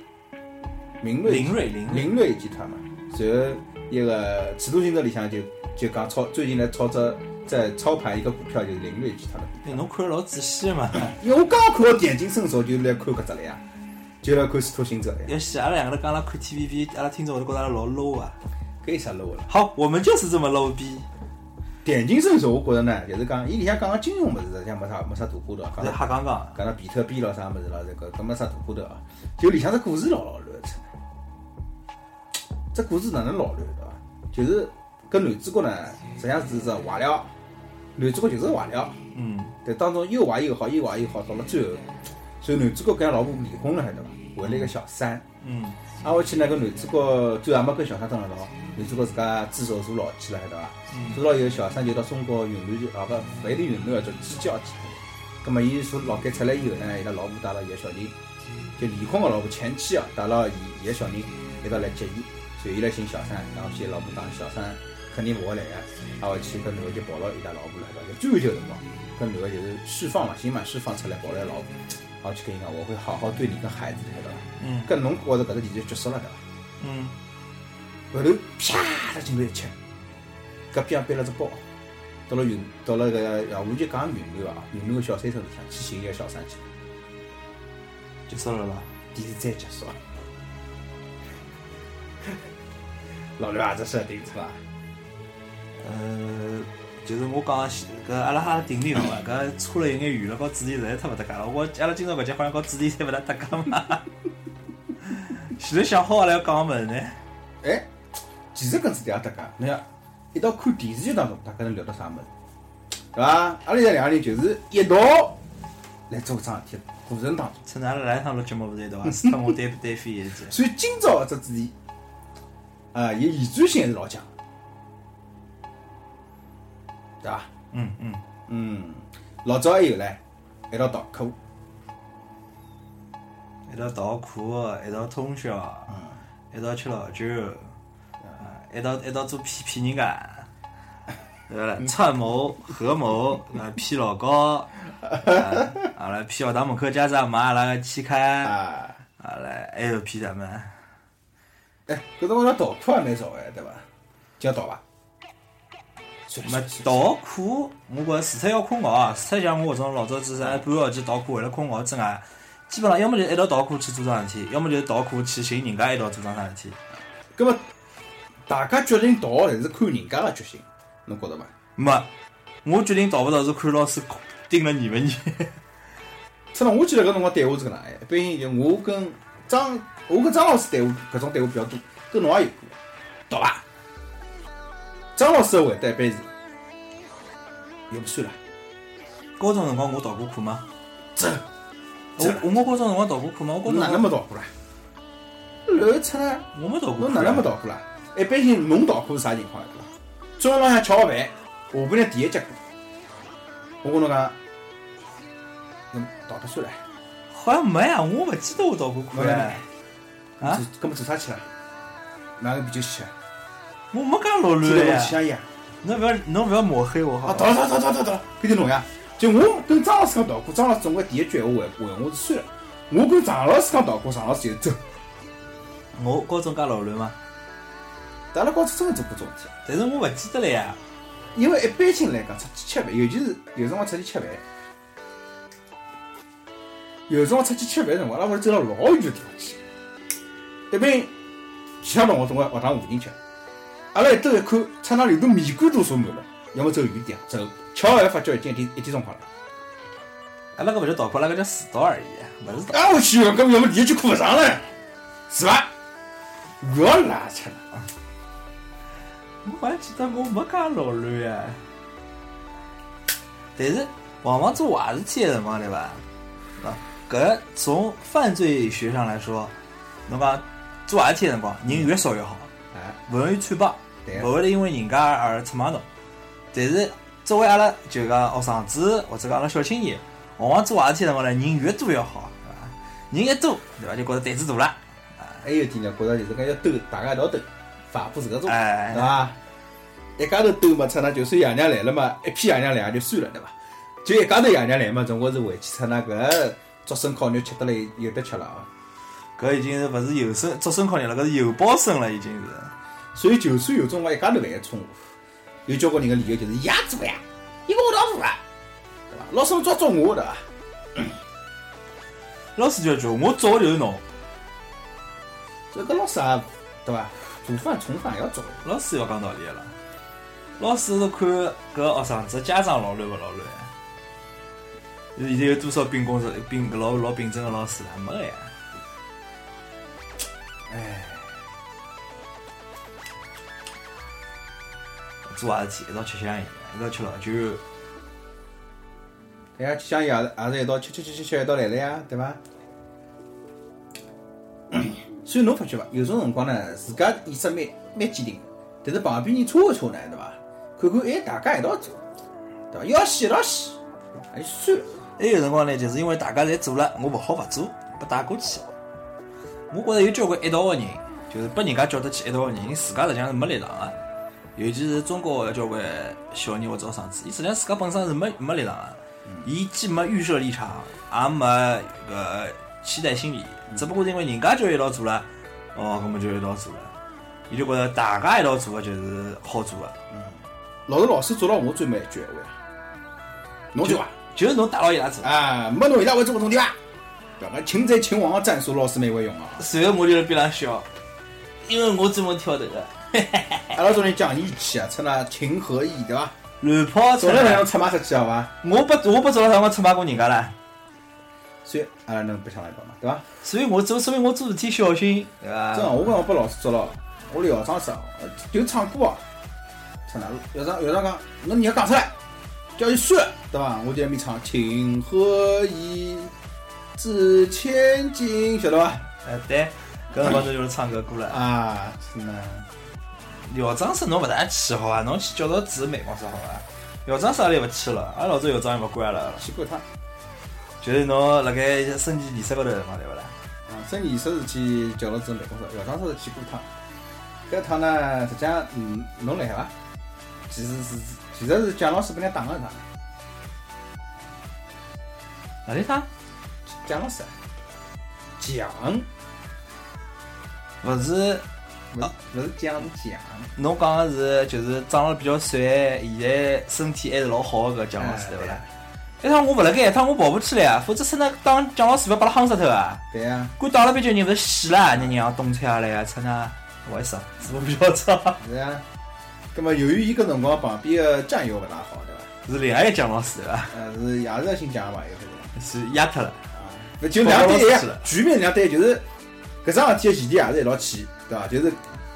Speaker 4: 明锐
Speaker 2: 林瑞林
Speaker 4: 凌锐集团嘛，然后一个《使徒行者》里向就就讲炒最近来炒只在操盘一个股票就是凌锐集团的股
Speaker 2: 瑞，哎侬看了老仔细嘛？
Speaker 4: 因为我刚刚看到《电竞圣手》就来看搿只了呀，就来看《使徒行者》啊了呀，
Speaker 2: 要是阿拉两个头讲阿拉看 TVB，阿拉听众会得觉得阿拉老 low 啊。
Speaker 4: 搿有啥 low 了？
Speaker 2: 好，我们就是这么 low 逼。
Speaker 4: 《电竞圣手》我觉着呢，就是讲伊里向讲个金融物事，实际上没啥没啥大花头啊，讲
Speaker 2: 在
Speaker 4: 到
Speaker 2: 瞎讲讲，
Speaker 4: 讲到比特币咯啥物事咯，这个搿没啥大花头啊，就里向只故事老老乱扯，这故事哪能老乱对伐？就是搿男主角呢，实际上是只坏料，男主角就是坏料。
Speaker 2: 嗯，
Speaker 4: 但当中又坏又好，又坏又好，到了最后，所以男主角跟他老婆离婚了，晓得伐？为了一个小三，
Speaker 2: 嗯，
Speaker 4: 挨回去呢，搿男主角最后也没跟小三蹲辣一道，男主角自家自首坐牢去了，晓得伐？坐牢以后，小三就到中国云南去，啊不，勿一定云南哦，叫鸡叫去。葛末伊从牢监出来以后呢，伊拉老婆带了伊个小人，就离婚个老婆前妻啊，带了伊伊个小人一道来接伊，所以伊来寻小三，然后寻老婆讲小三肯定勿会来个，挨回去搿男个就跑到伊拉老婆来了，就追求辰光。搿男个就是释放嘛，心满释放出来，跑来老婆，然后去跟伊讲，我会好好对你跟孩子的，晓得伐？
Speaker 2: 嗯
Speaker 4: 搿侬觉着搿只电视剧结束了对伐？
Speaker 2: 嗯，
Speaker 4: 后头啪，他进头一吃，隔壁上背了只包，到了云，到了搿个，我就讲云南啊，云南个小山头里向去寻一个小三去，
Speaker 2: 结束了吧？
Speaker 4: 电视再结束。老刘啊，这设定是吧？
Speaker 2: 呃，就是我讲的搿阿拉哈定力好伐？搿差了有眼远了，和主题实在太勿搭界了。我阿拉今朝搿节好像和主题侪勿搭搭界 嘛。前头想好阿拉要讲个物事呢，
Speaker 4: 哎，其实跟自己也搭界，侬想一道看电视剧当中，大家能聊到啥物事，对伐？阿拉现在两个人就是一道来做搿桩事体，过程当中。
Speaker 2: 趁着阿拉来一趟录节目勿是一道伐？是脱我单单飞一节。
Speaker 4: 所以今朝搿只主题，啊，伊延展性还是老强，对伐？
Speaker 2: 嗯嗯，
Speaker 4: 嗯，老早还有唻，一道逃课，
Speaker 2: 一道逃课，一道通宵，一道吃老酒，啊，一道一道做骗骗人家，对伐啦？串谋合谋，啊，骗老高，啊，阿拉骗学堂门口家长买阿拉个期刊，
Speaker 4: 啊，
Speaker 2: 啊来，还有骗咱们，
Speaker 4: 哎，搿辰光逃课也蛮少哎，对伐？今朝逃伐？算了
Speaker 2: 没
Speaker 4: 算了算了
Speaker 2: 逃课，我觉着除脱要困觉啊，除脱像我搿种老早子啥半学期逃课为了困觉之外，基本上要么就一道逃课去做桩事体，要么就是逃课去寻人家一道做桩啥事体。
Speaker 4: 搿么啊大家决定逃，还是看人家个决心，侬觉着伐？
Speaker 2: 没，我决定逃勿逃是看老师盯了严勿严。
Speaker 4: 真的，我记得搿辰光对话是搿能样，一般性就我跟张，我跟张老师对话搿种对话比较多，跟侬也有过，懂伐？张老师的回答一般是，又不算了，
Speaker 2: 高中辰光我逃过课吗？
Speaker 4: 走，
Speaker 2: 我我我高中辰光逃过课吗？我高
Speaker 4: 侬
Speaker 2: 中
Speaker 4: 啊哪能没逃过啦？然后出来，
Speaker 2: 我没逃过课啊。
Speaker 4: 侬哪能没逃过啦？一般性侬逃课是啥情况对伐？中午浪向吃好饭，下半日第一节课，我跟侬讲，侬逃得算了，
Speaker 2: 好像没呀，我勿记得我逃过课
Speaker 4: 没
Speaker 2: 呀
Speaker 4: 没。
Speaker 2: 啊，
Speaker 4: 做搿么做啥去了？拿个啤酒去啊，
Speaker 2: 我没介老
Speaker 4: 天
Speaker 2: 乱
Speaker 4: 天
Speaker 2: 呀
Speaker 4: 我。去一样。
Speaker 2: 侬勿要侬勿要抹黑我好
Speaker 4: 啊，
Speaker 2: 伐？
Speaker 4: 到了到了到了到了到了，搿就侬呀！就我跟张老师讲道过，张老师总归第一句闲话回回我是算了。我跟常老师讲道过，常老师就走。
Speaker 2: 我高中介老乱吗？
Speaker 4: 但阿拉高中真个做过种事体，啊
Speaker 2: 但是我勿记得了呀。
Speaker 4: 因为一般性来讲出去吃饭，尤其是有辰光出去吃饭，有辰光出去吃饭辰光，阿拉会走到老远个地方去。一般其他同学总归学堂附近吃，阿拉一头一看，菜场里头米馆都坐满了，要么走远点，走。吃完发觉已经一点一点钟快了。
Speaker 2: 阿拉搿勿叫逃课，阿拉搿叫迟到而已，勿是逃。
Speaker 4: 啊，我去，搿要么第一句课勿上了，是伐？勿要拉扯了啊！
Speaker 2: 我好像记得我没介老乱呀。但是往往做坏事体个辰光，对伐？啊，搿从犯罪学上来说，侬讲做坏事体个辰光，人越少越好。
Speaker 4: 哎，
Speaker 2: 勿容易穿帮
Speaker 4: 对，
Speaker 2: 勿会得因为人家而出卖侬。但是作为阿拉就讲学生子或者讲阿拉小青年，往往做坏事体的辰光呢，人越多越好，对伐？人一多，对伐？就觉着胆子大了，
Speaker 4: 还有一点呢，觉着就是讲要斗，大家一道斗，反哺是个种，
Speaker 2: 哎
Speaker 4: 对伐？一家头斗嘛，出那就算爷娘来了嘛，一批爷娘来也就算了，对伐？就一家头爷娘来嘛，总归是回去出那个竹笋烤肉吃得来有得吃了啊。
Speaker 2: 搿已经是勿是幼生竹升考验了，搿是幼保生了，已经是。
Speaker 4: 所以就算有种话一家头万一冲突，有交关人个理由就是爷做呀，伊跟我一道做啊，对伐？老师侬抓抓我，对啊伐？
Speaker 2: 老师就要叫我做的就是侬，
Speaker 4: 所以搿老师也对伐？做饭从饭也要做的，
Speaker 2: 老师要讲道理的啦。老师是看搿学生子家长老乱勿老乱。现在有多少秉公是秉老老秉正的老师啊？没个呀。哎唉，做坏事体一道吃香烟，一道吃老酒，
Speaker 4: 哎呀，像爷也是一道吃吃吃吃吃一道来了呀，对伐？ 所以侬发觉伐？有种辰光呢，自家意识蛮蛮坚定的，但是旁边人搓一搓呢，对伐？看看哎，大家一道做，对伐？要死一道死，哎算了，
Speaker 2: 还有辰光呢，就是因为大家侪做了，我勿好勿做，被带过去。我觉着有交关一道个人，就是被人家叫得去一道个人，自家实际上是没立场个。尤其是中国个交关小人或者学生子，伊实际上自家本身是没没立场个，伊既没预设立场，也没搿个期待心理，只不过是因为人家叫伊一道做了，哦，搿么就一道做了。伊就觉着大家一道做个就是好做个，
Speaker 4: 老是老师做了我最没一句闲话呀，侬
Speaker 2: 就
Speaker 4: 就伐？
Speaker 2: 就是侬带牢伊拉做。
Speaker 4: 啊，没侬伊拉会做搿种对伐？啊对伐？擒贼擒王个战术老师蛮会用啊。
Speaker 2: 随后我就辣边浪笑，因为我专门挑头个。
Speaker 4: 阿拉种人讲义气啊，出那情和义对伐？
Speaker 2: 乱跑出
Speaker 4: 从来勿
Speaker 2: 来
Speaker 4: 想，出卖出去好伐？
Speaker 2: 我不我不早上我出卖过人家啦，
Speaker 4: 所以阿拉能白相了一道嘛，对伐？
Speaker 2: 所以我做说明我做事体小心，对伐
Speaker 4: 真的，？我搿辰光被老师捉牢了，我连校长室啊，呃就唱歌啊，出哪路？校长校长讲，侬你要讲出来，叫伊算了，对伐？我就在那边唱情和义，志千金，晓得伐？
Speaker 2: 哎对，搿辰光侬就是唱搿歌了。
Speaker 4: 啊，是呢，
Speaker 2: 校长室侬勿大去好伐？侬去教导主任办公室好啊伐？校长室阿拉也勿去了，阿拉老早校长也勿管阿拉了，
Speaker 4: 去过一趟。
Speaker 2: 就是侬辣盖升旗仪式高头的辰光对勿啦？
Speaker 4: 啊，生理仪式是去教老子办公室，校长室是去过一趟。搿趟呢，实际上，嗯，侬来伐？其实是，其实是蒋老师本来打了一趟，
Speaker 2: 哪里趟？
Speaker 4: 蒋老师，啊蒋，
Speaker 2: 勿是
Speaker 4: 勿是勿是蒋蒋，
Speaker 2: 侬讲个是就是长了比较帅，现在身体还是老好个搿蒋老师对勿啦
Speaker 4: 哎？
Speaker 2: 一趟我勿辣盖，一趟我跑不起来啊，否则真的当蒋老师勿要把他夯死脱啊！
Speaker 4: 对呀，
Speaker 2: 管打了杯酒人勿是死啦，你娘动车来呀，出呢，我也是，是我比较差，
Speaker 4: 是呀。葛末啊由于伊搿辰光旁边个战友勿大好，对伐？
Speaker 2: 是另外一蒋老师对伐？
Speaker 4: 呃，是也是姓蒋个朋友，对伐？
Speaker 2: 是压脱了，
Speaker 4: 勿就两对一
Speaker 2: 跑到老师去
Speaker 4: 呀
Speaker 2: 了，
Speaker 4: 局面两对一，就是搿桩事体个前提也是一道去，对伐？就是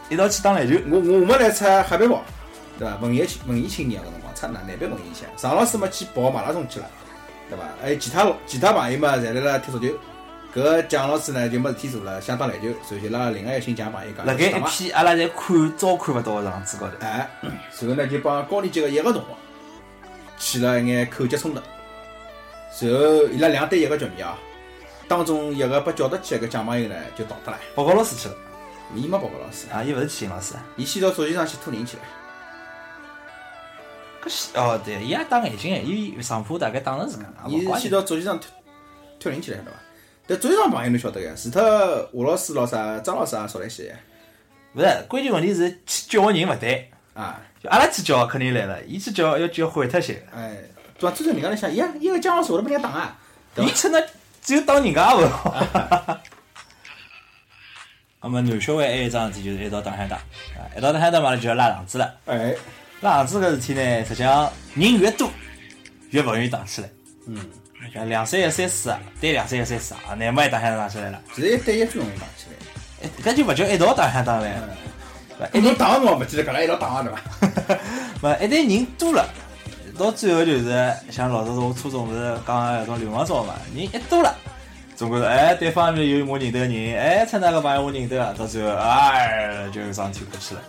Speaker 2: 一道去打篮球，
Speaker 4: 我我们来出黑板报，对伐？文艺青文艺青年个辰光出南南边文艺去，常老师嘛去跑马拉松去了，对伐？还有其他其他朋友嘛，侪辣辣踢足球。搿蒋老师呢就没事体做了，想打篮球，所以就拉另外一群蒋朋友讲
Speaker 2: 辣盖
Speaker 4: 打
Speaker 2: 一
Speaker 4: 嘛。
Speaker 2: 片阿拉侪看招看勿到个场子高头，
Speaker 4: 哎，然后呢就帮高年级个一个同学起了一眼口角冲突，然后伊拉两对一个局面啊，当中一个被叫得去，一个蒋朋友呢就逃脱了，
Speaker 2: 报告老师去了
Speaker 4: 伊没报告老师，
Speaker 2: 啊，伊勿是体育老师啊，
Speaker 4: 伊先到足球场去拖人去了。
Speaker 2: 搿是哦对，伊也打眼睛哎，伊上铺大概打了自啊家，
Speaker 4: 伊
Speaker 2: 也勿
Speaker 4: 是
Speaker 2: 怪
Speaker 4: 先
Speaker 2: 伊
Speaker 4: 到足球场跳跳人去了，晓得伐？但足球场朋友侬晓得个，除脱吴老师老啥、张老师也啊少来些
Speaker 2: 勿是，关键问题是去叫个人勿对，
Speaker 4: 啊。
Speaker 2: 就阿拉去叫肯定来了，伊去叫要叫毁脱些，
Speaker 4: 哎，对伐？最后人家来想，伊一个姜老师会得被人家打啊，对
Speaker 2: 伊
Speaker 4: 伐？
Speaker 2: 出呢只有打人家勿好。那么男小孩还有一桩事体，就是一道打喊打，啊，一道打喊打嘛，就要拉场子了。
Speaker 4: 哎，
Speaker 2: 拉场子搿事体呢，实际上人越多，越勿容易打起来。
Speaker 4: 嗯，
Speaker 2: 像两三一、三四啊，对两三一、三四啊，那么一打喊打起来了，
Speaker 4: 其实一对一最容易打起来。
Speaker 2: 哎搿就勿叫一道打喊打了。
Speaker 4: 哎，侬打个辰光勿记得，搿拉一道打个对伐？
Speaker 2: 勿一旦人多了，到最后就是像老早我初中勿是讲搿种流氓招嘛，人一多了。总归是哎，对方面有我认得个人，哎，出那个朋友我认得个，到最后哎，就上天过去了。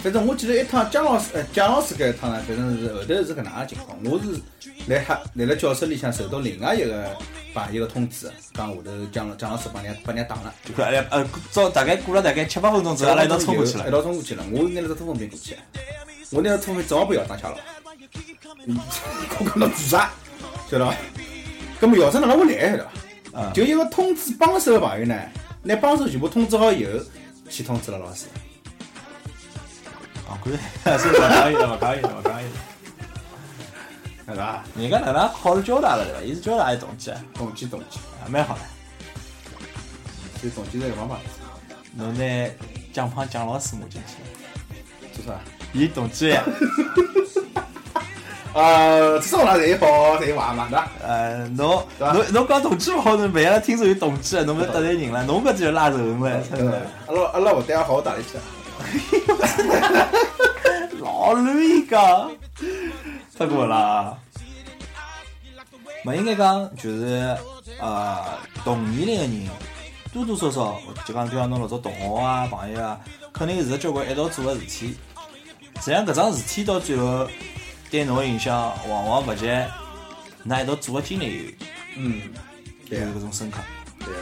Speaker 4: 反正我记得一趟姜老师，呃，姜老师搿一趟呢，反正是后头是搿能介情况。我是辣哈，辣辣教室里向收到另外一个朋友个通知，讲下头姜老姜老师帮人家帮人家打了，
Speaker 2: 搿阿拉呃，早大概过了大概七八分钟之后，阿拉一道冲过去
Speaker 4: 一
Speaker 2: 了。
Speaker 4: 道冲过去了。我拿了只拖粉饼过去，我拿了拖粉正好被校长抢了。 嗯我讲侬做啥？晓得伐？葛么校长哪能会来晓得伐？
Speaker 2: 嗯
Speaker 4: 就一个通知帮手个朋友呢，拿帮手全部通知好以后，去通知了老师。
Speaker 2: 哦，搿个 是勿讲伊了，勿讲伊了，勿讲伊了。
Speaker 4: 是伐？
Speaker 2: 人家哪能考入交大了对伐？伊是交大还是同济啊？
Speaker 4: 动机动机，
Speaker 2: 啊蛮好的。
Speaker 4: 所以动机在搿方法
Speaker 2: 侬拿蒋胖蒋老师骂进去，
Speaker 4: 做啥？
Speaker 2: 伊啊同济呀。
Speaker 4: 呃，至少啦，侪好，侪坏嘛，对伐？
Speaker 2: 呃，侬
Speaker 4: 对吧
Speaker 2: 侬侬讲同济勿好，侬别个听众有同济，侬勿得罪人了，侬搿就是拉仇恨了，真的。
Speaker 4: 啊阿拉阿拉勿对也好好打一去。
Speaker 2: 老乱一个，太过分了啊。勿应该讲就是呃同年龄的人，多多少少就讲就像侬老早同学啊朋友啊，肯定是交关一道做个事体。实际上搿桩事体到最后对侬的影响往往勿及㑚一道做个经历
Speaker 4: 嗯，对
Speaker 2: 有有
Speaker 4: 啊
Speaker 2: 搿种深刻。
Speaker 4: 对啊，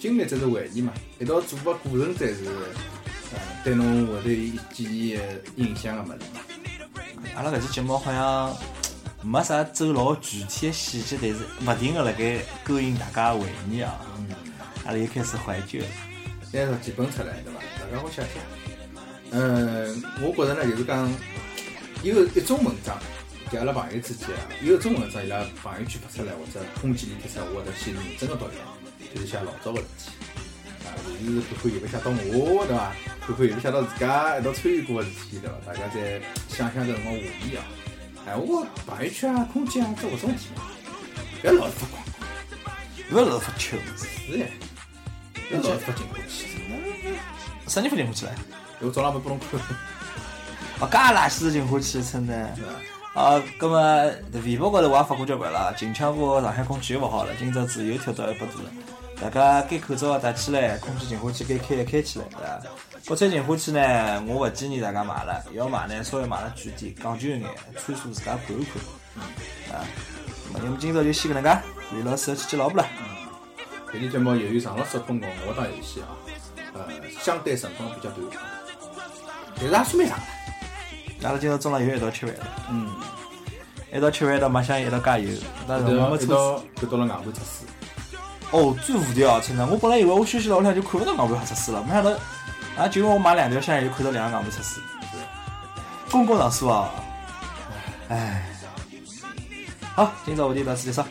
Speaker 4: 经历才是回忆嘛，一道做个过程才是，呃，对侬后头记忆的影响个物事嘛。
Speaker 2: 阿拉搿期节目好像没啥走老具体的细节，但是勿停个辣盖勾引大家回忆啊。阿拉又开始怀旧了。
Speaker 4: 拿日记本出来，对伐？大家好写写。嗯，我觉着呢，就是讲有一种文章，就阿拉朋友之间啊，有一种文章伊拉朋友圈发出来或者空间里贴出来，我会得先认真个读一读，就是写老早个事体。啊，有时看看有没有写到我，对伐？看看有没有写到自家一道参与过个事体，对伐？大家再想想搿辰光回忆啊。哎，我朋友圈啊、空间啊做搿种事体嘛，勿要老是发光，
Speaker 2: 勿要老发秋，
Speaker 4: 是呀，勿要老是发进过去。
Speaker 2: 啥人发进火去了？
Speaker 4: 我早浪没拨侬看。
Speaker 2: 哦，噶垃圾进火去，真的。啊，葛么微博高头我也发过交关了，近腔部上海空气又勿好了，今朝子又跳到一百度了。大家该口罩戴起来，空气净化器该开也开起来，对伐？国产净化器呢，我勿建议大家买了，要买呢稍微买了贵点，讲究一眼，参数自家看一看。嗯，啊，那么今朝就先搿能介，李老师要去接老婆了。
Speaker 4: 这期节目由于常老师的推广，我打游戏啊，呃，相对辰光比较短，但是也说明啥了，
Speaker 2: 阿拉今朝中浪又一道吃饭了。
Speaker 4: 嗯，
Speaker 2: 一道吃饭到麦香一道加油，那辰呃光没
Speaker 4: 一
Speaker 2: 车子。
Speaker 4: 道看到了外婆出事，
Speaker 2: 哦，最无聊啊！真的，我本来以为我休息了，我俩就看不到港湾出事了，没想到啊，就因为我买两条香烟，就看到两个港湾出事。公共场所啊，唉，好，今朝话题到此结束，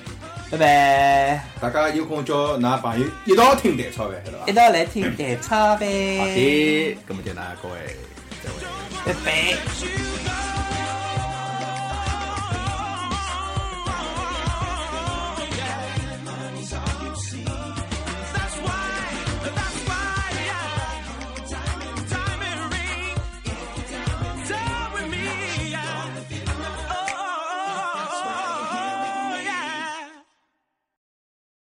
Speaker 2: 拜拜，
Speaker 4: 大家有空叫㑚朋友一道听蛋炒饭，晓得伐？
Speaker 2: 一道来听蛋炒饭，
Speaker 4: 好的，那么就㑚各位再会。
Speaker 2: 拜拜。
Speaker 3: you